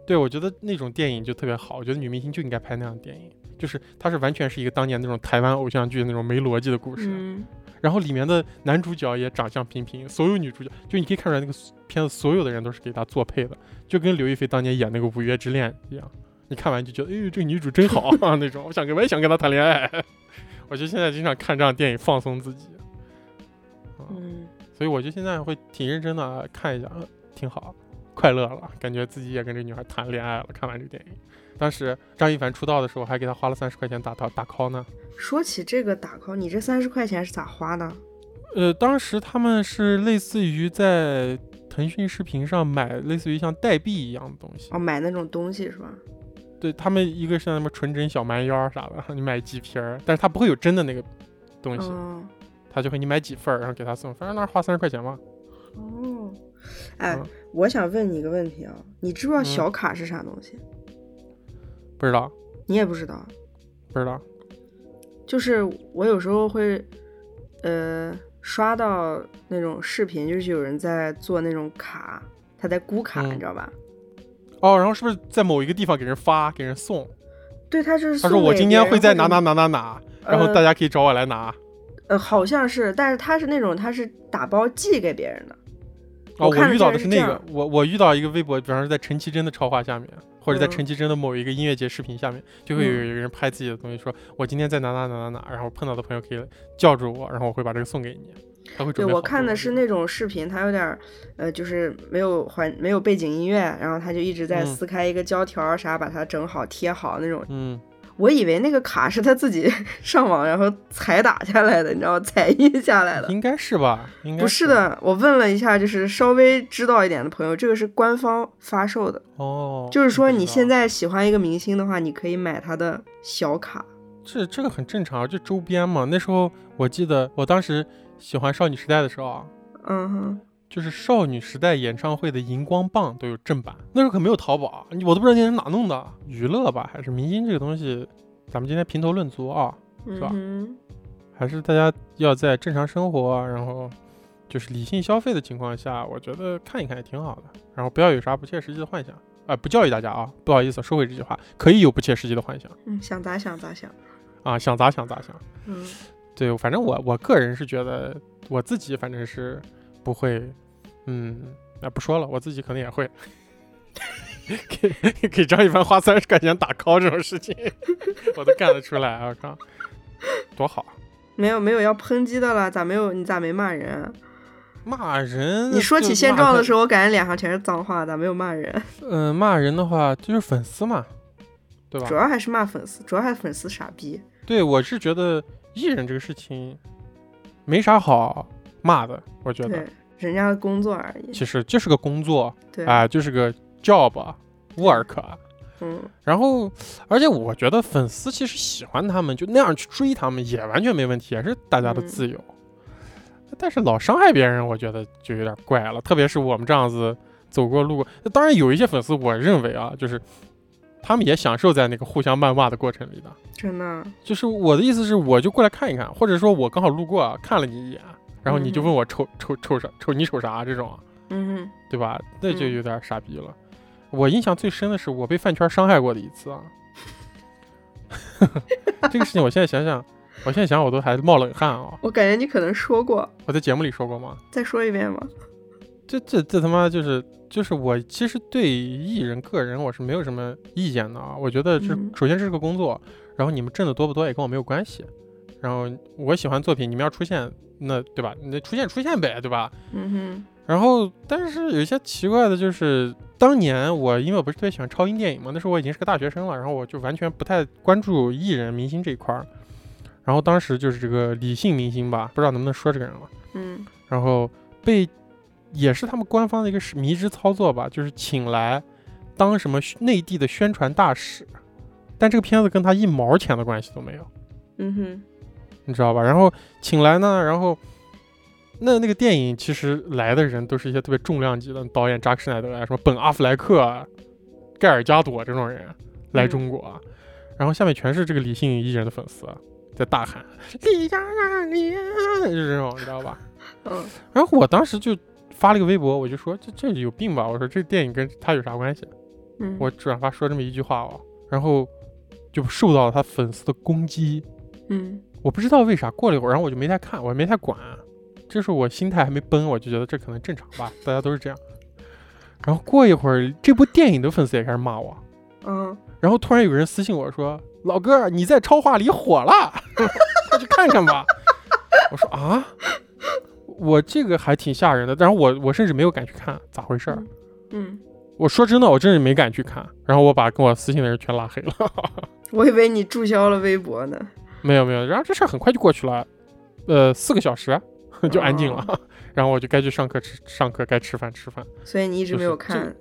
[SPEAKER 1] 对我觉得那种电影就特别好，我觉得女明星就应该拍那样的电影，就是它是完全是一个当年那种台湾偶像剧那种没逻辑的故事。
[SPEAKER 2] 嗯
[SPEAKER 1] 然后里面的男主角也长相平平，所有女主角就你可以看出来那个片子所有的人都是给他作配的，就跟刘亦菲当年演那个《五月之恋》一样，你看完就觉得，哎呦，这个女主真好啊那种，我想跟我也想跟她谈恋爱。 我就现在经常看这样的电影放松自己，啊
[SPEAKER 2] 嗯，
[SPEAKER 1] 所以我就现在会挺认真的看一下，呃挺好，快乐了，感觉自己也跟这女孩谈恋爱了。看完这个电影，当时张一凡出道的时候还给他花了三十块钱打打打 call 呢。
[SPEAKER 2] 说起这个打 call，你这三十块钱是咋花的？
[SPEAKER 1] 呃，当时他们是类似于在腾讯视频上买类似于像代币一样的东西，
[SPEAKER 2] 哦，买那种东西是吧？
[SPEAKER 1] 对他们一个像什么纯真小蛮腰儿啥的，你 买几瓶儿，但是它不会有真的那个东西，
[SPEAKER 2] 哦
[SPEAKER 1] 他就会你买几份儿，然后给他送，反正那儿花三十块钱嘛。
[SPEAKER 2] 哦，哎
[SPEAKER 1] 嗯，
[SPEAKER 2] 我想问你一个问题啊，你知不知道
[SPEAKER 1] 嗯
[SPEAKER 2] 小卡是啥东西？
[SPEAKER 1] 不知道，
[SPEAKER 2] 你也不知道，
[SPEAKER 1] 不知道，
[SPEAKER 2] 就是我有时候会，呃，刷到那种视频，就是有人在做那种卡，他在估卡，
[SPEAKER 1] 嗯
[SPEAKER 2] 你知道吧？
[SPEAKER 1] 哦，然后是不是在某一个地方给人发，给人送？
[SPEAKER 2] 对，他就是
[SPEAKER 1] 他
[SPEAKER 2] 送
[SPEAKER 1] 说我
[SPEAKER 2] 给
[SPEAKER 1] 今
[SPEAKER 2] 别
[SPEAKER 1] 天
[SPEAKER 2] 人
[SPEAKER 1] 会在
[SPEAKER 2] 或者
[SPEAKER 1] 哪哪哪哪哪，然后
[SPEAKER 2] 呃
[SPEAKER 1] 大家可以找我来拿。
[SPEAKER 2] 呃，好像是，但是他是那种他是打包寄给别人的，
[SPEAKER 1] 哦，
[SPEAKER 2] 我
[SPEAKER 1] 我
[SPEAKER 2] 看着
[SPEAKER 1] 遇到
[SPEAKER 2] 这
[SPEAKER 1] 的是
[SPEAKER 2] 人是
[SPEAKER 1] 那
[SPEAKER 2] 这
[SPEAKER 1] 个
[SPEAKER 2] 样，
[SPEAKER 1] 我我遇到一个微博，比方说在陈绮贞的超话下面，或者在
[SPEAKER 2] 嗯
[SPEAKER 1] 陈绮贞的某一个音乐节视频下面，就会有一个人拍自己的东西，说我今天在哪哪哪哪哪，然后碰到的朋友可以叫住我，然后我会把这个送给你。他会
[SPEAKER 2] 对
[SPEAKER 1] 准备
[SPEAKER 2] 我
[SPEAKER 1] 好
[SPEAKER 2] 看
[SPEAKER 1] 多
[SPEAKER 2] 的
[SPEAKER 1] 这
[SPEAKER 2] 是
[SPEAKER 1] 种
[SPEAKER 2] 那种视频，他有点儿，呃，就是没有环没有背景音乐，然后他就一直在
[SPEAKER 1] 嗯
[SPEAKER 2] 撕开一个胶条儿啥，把它整好贴好那种。
[SPEAKER 1] 嗯，
[SPEAKER 2] 我以为那个卡是他自己 上网然后裁打下来的，你知道吗？彩印下来的。
[SPEAKER 1] 应该是吧？应该
[SPEAKER 2] 不是的，我问了一下，就是稍微知道一点的朋友，这个是官方发售的，
[SPEAKER 1] 哦，
[SPEAKER 2] 就是说你现
[SPEAKER 1] 在
[SPEAKER 2] 在喜欢一个明星的话，你可以买他的小卡。
[SPEAKER 1] 这这个很正常，就周边嘛。那时候我记得我当时喜欢少女时代的时候啊，
[SPEAKER 2] 嗯哼，
[SPEAKER 1] 就是少女时代演唱会的荧光棒都有正版，那时候可没有淘宝啊，你我都不知道那是哪弄的，娱乐吧还是明星这个东西，咱们今天评头论足啊，
[SPEAKER 2] 嗯
[SPEAKER 1] 吧
[SPEAKER 2] 哼，
[SPEAKER 1] 还是大家要在正常生活啊，然后就是理性消费的情况下，我觉得看一看也挺好的，然后不要有啥不切实际的幻想啊、不教育大家啊，不好意思，收回这句话，可以有不切实际的幻想
[SPEAKER 2] 嗯，想咋想咋想。
[SPEAKER 1] 啊，想咋想咋想。
[SPEAKER 2] 嗯
[SPEAKER 1] 对，反正我我个人是觉得我自己反正是不会，嗯，那、不说了，我自己可能也会。给给张一凡花三十块钱打 call 这种事情， 我都干得出来，啊我靠，多好！，
[SPEAKER 2] 没有没有要抨击的了，咋没有？你咋没骂人啊、
[SPEAKER 1] 骂人，
[SPEAKER 2] 你说起现状的时
[SPEAKER 1] 候，
[SPEAKER 2] 候，我感觉脸上全是脏话，咋没有骂人？
[SPEAKER 1] 嗯、骂人的话就是粉丝嘛，对吧
[SPEAKER 2] 主？要还是骂粉丝，主要还是粉丝傻逼。
[SPEAKER 1] 对，我是觉得艺人这个事情没啥好骂的，我觉得
[SPEAKER 2] 对，人家的工作而已。
[SPEAKER 1] 其实就是个工作
[SPEAKER 2] 对，
[SPEAKER 1] 啊、就是个 job work，
[SPEAKER 2] 嗯，
[SPEAKER 1] 然后，而且我觉得粉丝其实喜欢他们，就那样去追他们也完全没问题，也是大家的
[SPEAKER 2] 嗯
[SPEAKER 1] 自由。但是老伤害别人，我觉得就有点怪了。特别是我们这样子走过路过，当然有一些粉丝，我认为啊，就是他们也享受在那个互相谩骂的过程里的。
[SPEAKER 2] 真的，
[SPEAKER 1] 就是我的意思是，我就过来看一看，或者说我刚好路过啊看了你一眼，然后你就
[SPEAKER 2] 嗯
[SPEAKER 1] 问我丑丑丑啥丑你丑啥这种啊，
[SPEAKER 2] 嗯
[SPEAKER 1] 对吧？那就
[SPEAKER 2] 嗯
[SPEAKER 1] 有点傻逼了。我印象最深的是我被饭圈伤害过的一次啊， 这个事情我现在想想，我现在想我都还冒冷汗啊
[SPEAKER 2] 哼，。我感觉你可能说过，
[SPEAKER 1] 我在节目里说过吗？
[SPEAKER 2] 再说一遍吧。
[SPEAKER 1] 这这这他妈就是就是我其实对艺人个人我是没有什么意见的啊，我觉得这
[SPEAKER 2] 嗯
[SPEAKER 1] 首先这是个工作，然后你们挣的多不多也跟我没有关系，然后我喜欢作品，你们要出现那对吧？你得出现出现呗，对吧？
[SPEAKER 2] 嗯
[SPEAKER 1] 然后，但是有一些奇怪的，就是当年我因为我不是特别喜欢超英电影嘛，那时候我已经是个大学生了，然后我就完全不太关注艺人明星这一块儿。然后当时就是这个理性明星吧，不知道能不能说这个人了。
[SPEAKER 2] 哼，嗯
[SPEAKER 1] 然后被也是他们官方的一个是迷之操作吧，就是请来当什么内地的宣传大使，但这个片子跟他一毛钱的关系都没有。
[SPEAKER 2] 嗯哼，
[SPEAKER 1] 你知道吧？然后请来呢，然后那那个电影其实来的人都是一些特别重量级的导演扎克施耐德啊，什么本阿弗莱克啊、盖尔加朵这种人来中国啊，然后下面全是这个理性艺人的粉丝啊在大喊李佳啊李啊，就是这种，你知道吧？
[SPEAKER 2] 嗯
[SPEAKER 1] 然后我当时就发了一个微博，我就说这这有病吧？我说这电影跟他有啥关系？
[SPEAKER 2] 嗯，
[SPEAKER 1] 我转发说这么一句话哦，然后就受到了他粉丝的攻击。
[SPEAKER 2] 嗯
[SPEAKER 1] 我不知道为啥过了一会儿，然后我就没太看，我也没太管，这时候我心态还没崩，我就觉得这可能正常吧，大家都是这样。然后过一会儿，这部电影的粉丝也开始骂我，
[SPEAKER 2] 嗯，
[SPEAKER 1] 然后突然有个人私信我说：“老哥，你在超话里火了， 快去看看吧。”我说啊，我这个还挺吓人的，然后我我甚至没有敢去看，咋回事儿？
[SPEAKER 2] 嗯，
[SPEAKER 1] 我说真的，我真是没敢去看，然后我把跟我私信的人全拉黑了。
[SPEAKER 2] 我以为你注销了微博呢。
[SPEAKER 1] 没有没有，然后这事儿很快就过去了，呃，四个小时，就安静了。 然后我就该去上课吃上课，该吃饭吃饭。
[SPEAKER 2] 所以你一直没有
[SPEAKER 1] 就是这
[SPEAKER 2] 看，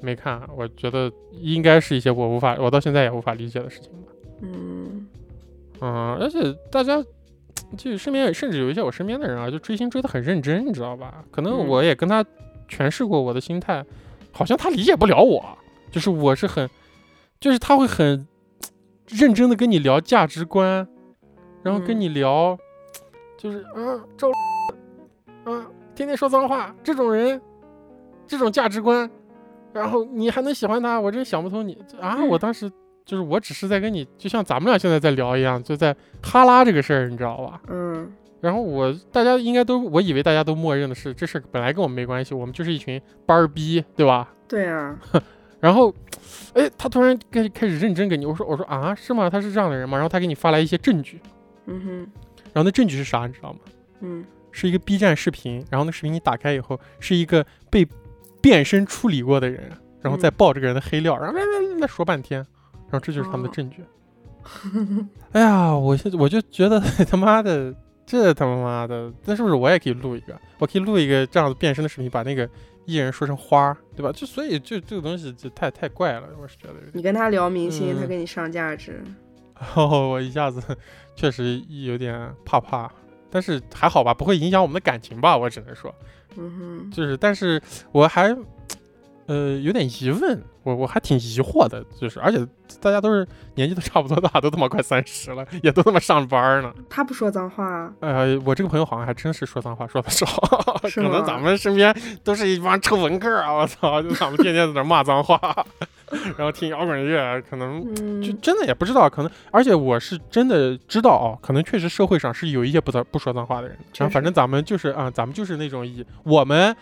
[SPEAKER 1] 没看，啊我觉得应该是一些我无法，我到现在也无法理解的事情吧。
[SPEAKER 2] 嗯，
[SPEAKER 1] 嗯，而且大家就身边甚至有一些我身边的人啊，就追星追得很认真，你知道吧？可能
[SPEAKER 2] 嗯
[SPEAKER 1] 我也跟他诠释过我的心态，好像他理解不了我，就是我是很，就是他会很认真的跟你聊价值观，然后跟
[SPEAKER 2] 嗯
[SPEAKER 1] 你聊，就是嗯，赵， 嗯，天天说脏话，这种人，这种价值观，然后你还能喜欢他，我真想不通你啊！我当时就是我只是在跟你，就像咱们俩现在在聊一样，就在哈拉这个事儿，你知道吧？
[SPEAKER 2] 嗯
[SPEAKER 1] 然后我大家应该都，我以为大家都默认的是这事儿本来跟我们没关系，我们就是一群班儿逼，对吧？
[SPEAKER 2] 对啊，
[SPEAKER 1] 然后，哎，他突然开始开始认真给你，我说我说啊，是吗？他是这样的人吗？然后他给你发来一些证据，
[SPEAKER 2] 嗯哼，
[SPEAKER 1] 然后那证据是啥，你知道吗？
[SPEAKER 2] 嗯，
[SPEAKER 1] 是一个 B 站视频，然后那视频你打开以后是一个被变身处理过的人，然后再爆这个人的黑料，然后来来来说半天，然后这就是他们的
[SPEAKER 2] 哦
[SPEAKER 1] 证据。哎呀，我现我就觉得 他妈的，这他妈的，那是不是我也可以录一个？我可以录一个这样子变身的视频，把那个艺人说成花儿，对吧？就所以就这个东西就太太怪了，我是觉得有点。
[SPEAKER 2] 你跟他聊明星，
[SPEAKER 1] 嗯
[SPEAKER 2] 他给你上价值，
[SPEAKER 1] 哦， 我一下子确实有点怕怕，但是还好吧，不会影响我们的感情吧？我只能说。
[SPEAKER 2] 嗯哼，
[SPEAKER 1] 就是，但是我还，呃，有点疑问，我我还挺疑惑的，就是，而且大家都是年纪都差不多大，都他妈快三十了，也都他妈上班儿呢。
[SPEAKER 2] 他不说脏话，啊
[SPEAKER 1] 呃，我这个朋友好像还真是说脏话说的少，
[SPEAKER 2] 是
[SPEAKER 1] 可能
[SPEAKER 2] 吗
[SPEAKER 1] 咱们身边都是一帮臭文客儿啊，我操，就咱们天天在那儿骂脏话， 然后听摇滚乐，可能
[SPEAKER 2] 嗯，
[SPEAKER 1] 就真的也不知道，可能，而且我是真的知道哦，可能确实社会上是有一些不脏不说脏话的人，
[SPEAKER 2] 确
[SPEAKER 1] 然后反
[SPEAKER 2] 实
[SPEAKER 1] 正咱们就是啊、咱们就是那种以我们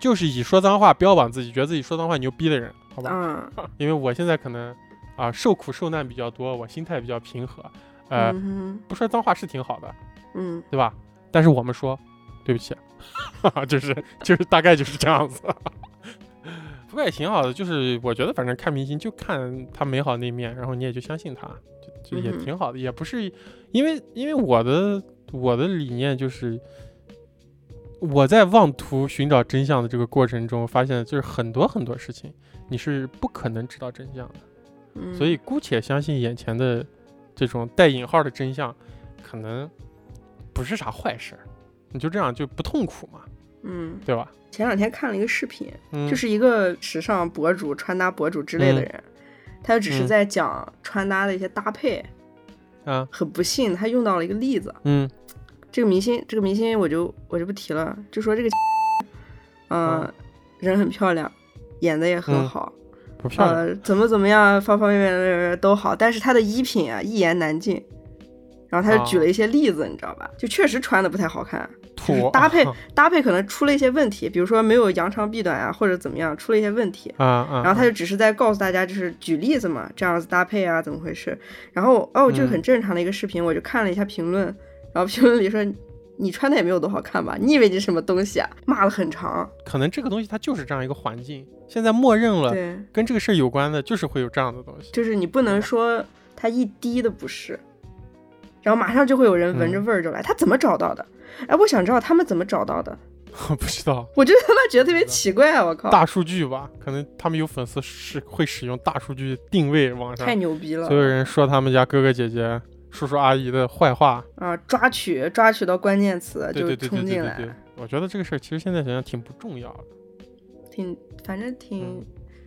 [SPEAKER 1] 就是以说脏话标榜自己，觉得自己说脏话牛逼的人，好吧？
[SPEAKER 2] 啊，
[SPEAKER 1] 因为我现在可能啊、受苦受难比较多，我心态比较平和，呃，
[SPEAKER 2] 嗯哼，
[SPEAKER 1] 不说脏话是挺好的，
[SPEAKER 2] 嗯，
[SPEAKER 1] 对吧？但是我们说，对不起， 就是就是大概就是这样子。 不过也挺好的，就是我觉得反正看明星就看他美好那一面，然后你也就相信他，就就也
[SPEAKER 2] 嗯哼
[SPEAKER 1] 挺好的，也不是因为因为我的我的理念就是。我在妄图寻找真相的这个过程中，发现就是很多很多事情，你是不可能知道真相的。
[SPEAKER 2] 嗯
[SPEAKER 1] 所以姑且相信眼前的这种带引号的真相，可能不是啥坏事儿，你就这样就不痛苦嘛，
[SPEAKER 2] 嗯，
[SPEAKER 1] 对吧？
[SPEAKER 2] 前两天看了一个视频，
[SPEAKER 1] 嗯，
[SPEAKER 2] 就是一个时尚博主、穿搭博主之类
[SPEAKER 1] 嗯
[SPEAKER 2] 的人，他就只是
[SPEAKER 1] 嗯
[SPEAKER 2] 在讲穿搭的一些搭配。
[SPEAKER 1] 啊，
[SPEAKER 2] 很不幸，他用到了一个例子，
[SPEAKER 1] 嗯
[SPEAKER 2] 这个明星，这个明星我就我就不提了，就说这个，嗯、
[SPEAKER 1] 嗯
[SPEAKER 2] 人很漂亮，演的也很
[SPEAKER 1] 嗯
[SPEAKER 2] 好，
[SPEAKER 1] 不漂亮，
[SPEAKER 2] 呃，怎么怎么样，方方面面都好，但是他的衣品啊一言难尽。然后他就举
[SPEAKER 1] 哦
[SPEAKER 2] 了一些例子，你知道吧？就确实穿的不太好看，就是
[SPEAKER 1] 土啊
[SPEAKER 2] 搭配搭配可能出了一些问题，比如说没有扬长避短啊，或者怎么样，出了一些问题。
[SPEAKER 1] 啊啊，
[SPEAKER 2] 然后他就只是在告诉大家，就是举例子嘛，这样子搭配啊，怎么回事？然后哦，这个很正常的一个视频，我就看了一下评论，然后评论里说你穿的也没有多好看吧？你以为你什么东 西啊？骂了很长，
[SPEAKER 1] 可能这个东西它就是这样一个环境，现在默认了
[SPEAKER 2] 对，
[SPEAKER 1] 跟这个事儿有关的，就是会有这样的东西。
[SPEAKER 2] 就是你不能说他一滴的不是，然后马上就会有人闻着
[SPEAKER 1] 嗯
[SPEAKER 2] 味儿就来，他怎么找到的？哎，我想知道他们怎么找到的，
[SPEAKER 1] 我 不知道
[SPEAKER 2] 我就他妈觉得特别奇怪、啊，我靠，
[SPEAKER 1] 大数据吧，可能他们有粉丝是会使用大数据定位网上
[SPEAKER 2] 太，牛逼了
[SPEAKER 1] 所有人说他们家哥哥姐姐、叔叔阿姨的坏话，
[SPEAKER 2] 啊！抓取抓取到关键词
[SPEAKER 1] 对
[SPEAKER 2] 就
[SPEAKER 1] 对对对
[SPEAKER 2] 冲
[SPEAKER 1] 对
[SPEAKER 2] 进
[SPEAKER 1] 对对
[SPEAKER 2] 来，，
[SPEAKER 1] 我觉得这个事儿其实现在想想挺不重要的，
[SPEAKER 2] 挺反正挺、
[SPEAKER 1] 嗯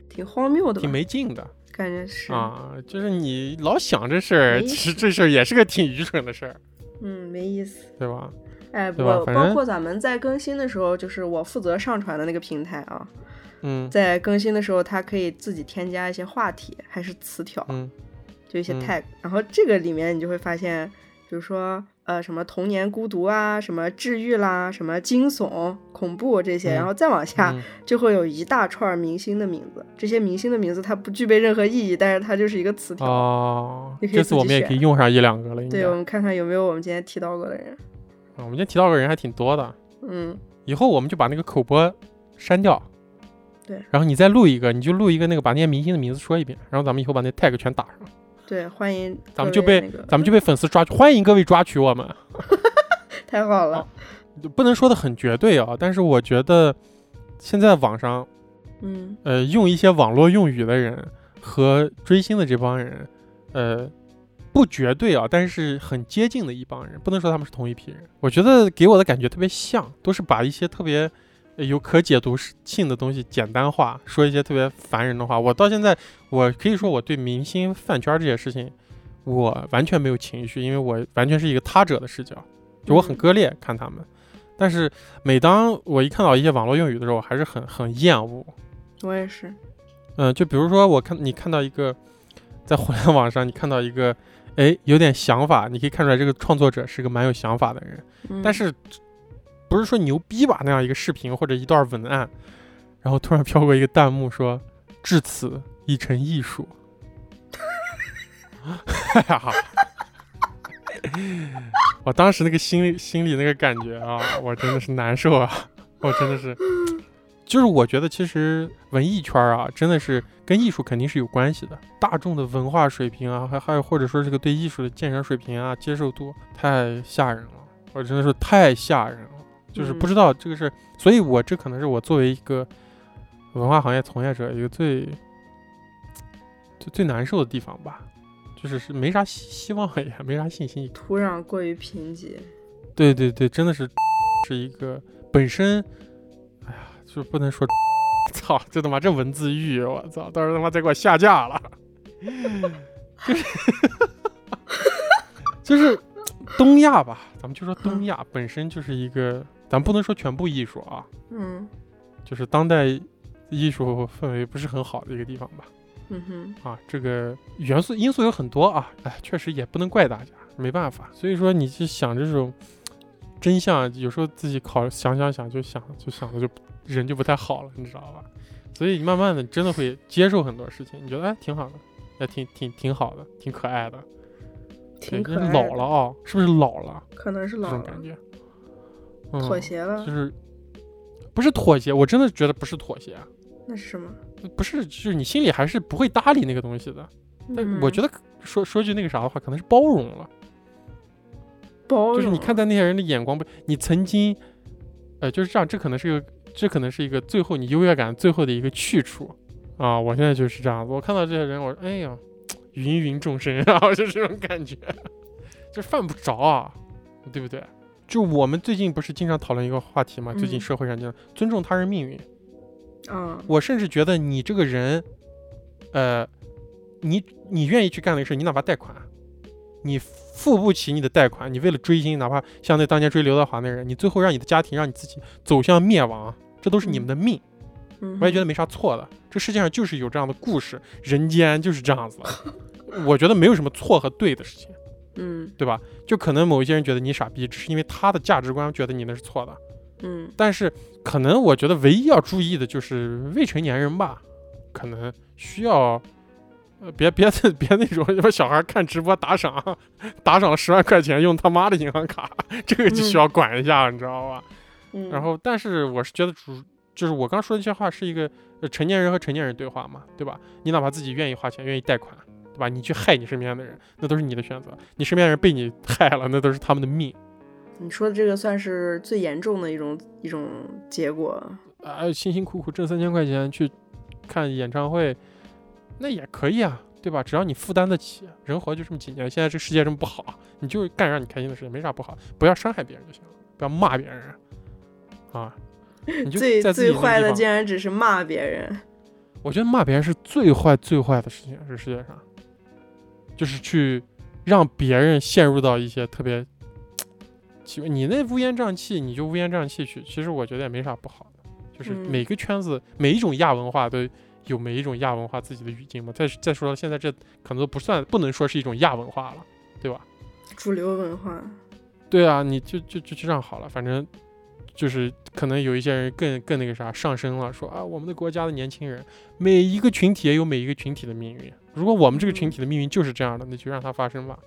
[SPEAKER 2] 挺荒谬的吧
[SPEAKER 1] 挺，没劲的
[SPEAKER 2] 感觉是，
[SPEAKER 1] 啊。就是你老想这事儿，
[SPEAKER 2] 没意
[SPEAKER 1] 其实这事儿也是个挺愚蠢的事儿，
[SPEAKER 2] 嗯，没意思。
[SPEAKER 1] 对吧？
[SPEAKER 2] 哎，
[SPEAKER 1] 对吧
[SPEAKER 2] 我
[SPEAKER 1] 反
[SPEAKER 2] 包
[SPEAKER 1] 正
[SPEAKER 2] 括咱们在更新的时候，就是我负责上传的那个平台啊，
[SPEAKER 1] 嗯
[SPEAKER 2] 在更新的时候，它可以自己添加一些话题还是词条，
[SPEAKER 1] 嗯
[SPEAKER 2] 就一些
[SPEAKER 1] 嗯
[SPEAKER 2] tag，、然后这个里面你就会发现，比如说呃什么童年孤独啊，什么治愈啦，什么惊悚、恐怖这些，
[SPEAKER 1] 嗯
[SPEAKER 2] 然后再往下、
[SPEAKER 1] 嗯
[SPEAKER 2] 就会有一大串明星的名字。这些明星的名字它不具备任何意义，但是它就是一个词条。
[SPEAKER 1] 嗯哦
[SPEAKER 2] 你可以
[SPEAKER 1] 这次
[SPEAKER 2] 自己
[SPEAKER 1] 我们也
[SPEAKER 2] 选
[SPEAKER 1] 可以用上一两个了，应该。
[SPEAKER 2] 对，我们看看有没有我们今天提到过的人。
[SPEAKER 1] 啊我们今天提到个人还挺多的，
[SPEAKER 2] 嗯，
[SPEAKER 1] 以后我们就把那个口播删掉。
[SPEAKER 2] 对，
[SPEAKER 1] 然后你再录一个，你就录一个那个把那些明星的名字说一遍，然后咱们以后把那 tag 全打上，
[SPEAKER 2] 对，欢迎
[SPEAKER 1] 咱们
[SPEAKER 2] 各
[SPEAKER 1] 就
[SPEAKER 2] 位
[SPEAKER 1] 被
[SPEAKER 2] 那个
[SPEAKER 1] 咱们就被粉丝抓，欢迎各位抓取我们。
[SPEAKER 2] 太好了。
[SPEAKER 1] 不能说的很绝对啊，但是我觉得现在网上
[SPEAKER 2] 嗯
[SPEAKER 1] 呃用一些网络用语的人和追星的这帮人，呃。不绝对啊，但是很接近的一帮人，不能说他们是同一批人。我觉得给我的感觉特别像，都是把一些特别呃有可解读性的东西简单化，说一些特别烦人的话。我到现在，我可以说我对明星饭圈这些事情，我完全没有情绪，因为我完全是一个他者的视角，就我很割裂看他们。但是每当我一看到一些网络用语的时候，我还是很很厌恶。
[SPEAKER 2] 我也是，
[SPEAKER 1] 嗯，就比如说我看你看到一个在互联网上你看到一个，哎，有点想法，你可以看出来这个创作者是个蛮有想法的人，
[SPEAKER 2] 嗯
[SPEAKER 1] 但是不是说牛逼吧那样一个视频或者一段文案，然后突然飘过一个弹幕说“至此已成艺术”， 哎呀，我当时那个心里心里那个感觉啊，我真的是难受啊， 我真的是。就是我觉得，其实文艺圈儿啊，真的是跟艺术肯定是有关系的。大众的文化水平啊，还还有或者说这个对艺术的鉴赏水平啊、接受度，太吓人了。我真的是太吓人了，就是
[SPEAKER 2] 嗯
[SPEAKER 1] 不知道这个是，所以我这可能是我作为一个文化行业从业者一个最最最难受的地方吧，就是是没啥希希望也没啥信心，
[SPEAKER 2] 土壤过于贫瘠，
[SPEAKER 1] 对对对，真的是是一个本身，哎呀，就不能说， 操，这他妈这文字狱，我操，到时候他妈再给我下架了，就是就是 东亚吧，咱们就说东亚本身就是一个，咱不能说全部艺术啊，
[SPEAKER 2] 嗯
[SPEAKER 1] 就是当代艺术氛围不是很好的一个地方吧。
[SPEAKER 2] 嗯哼，
[SPEAKER 1] 啊，这个元素因素有很多啊，哎，确实也不能怪大家，没办法。所以说，你去想这种真相，有时候自己考想想想就想就想的就人就不太好了，你知道吧？所以你慢慢的真的会接受很多事情，你觉得哎挺好的，也挺挺挺好的，挺可爱的。
[SPEAKER 2] 挺
[SPEAKER 1] 对
[SPEAKER 2] 可爱的，
[SPEAKER 1] 老了啊、是不是老了？
[SPEAKER 2] 可能是
[SPEAKER 1] 这
[SPEAKER 2] 老
[SPEAKER 1] 种
[SPEAKER 2] 了，
[SPEAKER 1] 感觉，
[SPEAKER 2] 妥
[SPEAKER 1] 嗯，
[SPEAKER 2] 协了
[SPEAKER 1] 就，是不是妥协？我真的觉得不是妥协，啊
[SPEAKER 2] 那是什么？
[SPEAKER 1] 不是，就是你心里还是不会搭理那个东西的。但我觉
[SPEAKER 2] 得
[SPEAKER 1] 得可说说句那个啥的话，可能是包容了，
[SPEAKER 2] 包
[SPEAKER 1] 就是你
[SPEAKER 2] 容
[SPEAKER 1] 看待那些人的眼光不，你曾经，呃，就是这样，这可能是一个，这可能是一个最后你优越感最后的一个去处啊。我现在就是这样子，我看到这些人，我说哎呀，芸芸众生啊， 我就这种感觉，就犯不着啊，对不对？就我们最近不是经常讨论一个话题嘛，最近
[SPEAKER 2] 嗯
[SPEAKER 1] 社会上就是尊重他人命运，
[SPEAKER 2] 啊，
[SPEAKER 1] 我甚至觉得你这个人，呃，你你愿意去干那个事，你哪怕贷款，你付不起你的贷款，你为了追星，哪怕像那当年追刘德华那人，你最后让你的家庭，让你自己走向灭亡，这都是你们的命，
[SPEAKER 2] 嗯
[SPEAKER 1] 我也觉
[SPEAKER 2] 哼
[SPEAKER 1] 得没啥错的。这世界上就是有这样的故事，人间就是这样子的，我觉得没有什么错和对的事情。
[SPEAKER 2] 嗯
[SPEAKER 1] 对吧？就可能某一些人觉得你傻逼，只是因为他的价值观觉得你那是错的。
[SPEAKER 2] 嗯
[SPEAKER 1] 但是可能我觉得唯一要注意的就是未成年人吧，可能需要，呃，别 别别那种什么小孩看直播打赏，打赏了十万块钱用他妈的银行卡， 这个就需要管一下，你知道吧？
[SPEAKER 2] 嗯，
[SPEAKER 1] 然后，但是我是觉得主就是我刚说的这些话是一个、呃、成年人和成年人对话嘛，对吧？你哪怕自己愿意花钱，愿意贷款，对吧？你去害你身边的人，那都是你的选择。你身边人被你害了，那都是他们的命。
[SPEAKER 2] 你说的这个算是最严重的一种一种结果，
[SPEAKER 1] 啊，辛辛苦苦挣三千块钱去看演唱会，那也可以啊，对吧？只要你负担得起，人活就这么几年，现在这世界这么不好，你就干让你开心的事情，没啥不好，不要伤害别人就行了，不要骂别人啊。你就
[SPEAKER 2] 最
[SPEAKER 1] 在自己
[SPEAKER 2] 最
[SPEAKER 1] 那
[SPEAKER 2] 坏
[SPEAKER 1] 地
[SPEAKER 2] 的
[SPEAKER 1] 方
[SPEAKER 2] 竟然只是骂别人，
[SPEAKER 1] 我觉得骂别人是最坏最坏的事情，这世界上，就是去让别人陷入到一些特别奇怪，你那乌烟瘴气，你就乌烟瘴气去。其实我觉得也没啥不好的，就是
[SPEAKER 2] 嗯
[SPEAKER 1] 每个圈子、每一种亚文化都有每一种亚文化自己的语境嘛。再再说了，现在这可能都不算，不能说是一种亚文化了，对吧？
[SPEAKER 2] 主流文化，
[SPEAKER 1] 对啊，你就就就就这样好了，反正就是可能有一些人更更那个啥上升了，说啊，我们的国家的年轻人，每一个群体也有每一个群体的命运。如果我们这个群体的命运就是这样的，那就让它发生吧，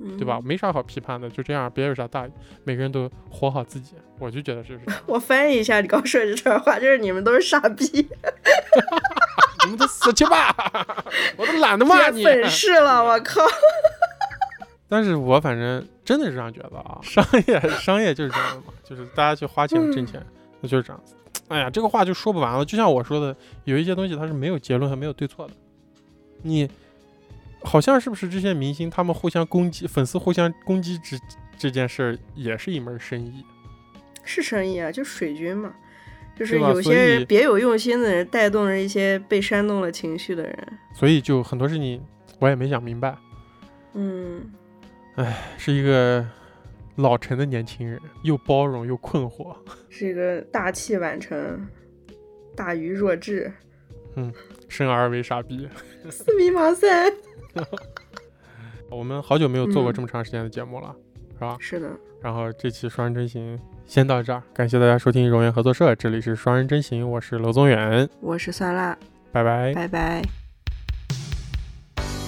[SPEAKER 2] 嗯、
[SPEAKER 1] 对吧？？没啥好批判的，就这样，别有啥大意，每个人都活好自己。我就觉得就是这样，
[SPEAKER 2] 我翻译一下你刚说的这段话，就是你们都是傻逼，
[SPEAKER 1] 你们都死去吧， 我都懒得骂
[SPEAKER 2] 别
[SPEAKER 1] 你。
[SPEAKER 2] 粉饰了，我靠！
[SPEAKER 1] 但是我反正真的是这样觉得啊。
[SPEAKER 4] 商业
[SPEAKER 1] 商业就是这样的嘛，就是大家去花钱挣钱，那就是这样子。哎呀，这个话就说不完了。就像我说的，有一些东西它是没有结论和没有对错的。你好像是不是这些明星他们互相攻击，粉丝互相攻击之这件事儿也是一门生意？
[SPEAKER 2] 是生意啊，就水军嘛，就是
[SPEAKER 1] 对吧
[SPEAKER 2] 有
[SPEAKER 1] 所
[SPEAKER 2] 些
[SPEAKER 1] 以
[SPEAKER 2] 人别有用心的人带动了一些被煽动了情绪的人。
[SPEAKER 1] 所以就很多事情我也没想明白，
[SPEAKER 2] 嗯，
[SPEAKER 1] 是一个老成的年轻人，又包容又困惑。
[SPEAKER 2] 是一个大器晚成，大愚若智，
[SPEAKER 1] 生而为傻逼。
[SPEAKER 2] 四迷茫三。
[SPEAKER 1] 我们好久没有做过
[SPEAKER 2] 嗯
[SPEAKER 1] 这么长时间的节目了，是吧？
[SPEAKER 2] 是的，
[SPEAKER 1] 然后这期双人真行先到这儿，感谢大家收听荣源合作社，这里是双人真行，我是娄宗远，
[SPEAKER 2] 我是酸辣，
[SPEAKER 1] 拜拜。
[SPEAKER 2] 拜拜。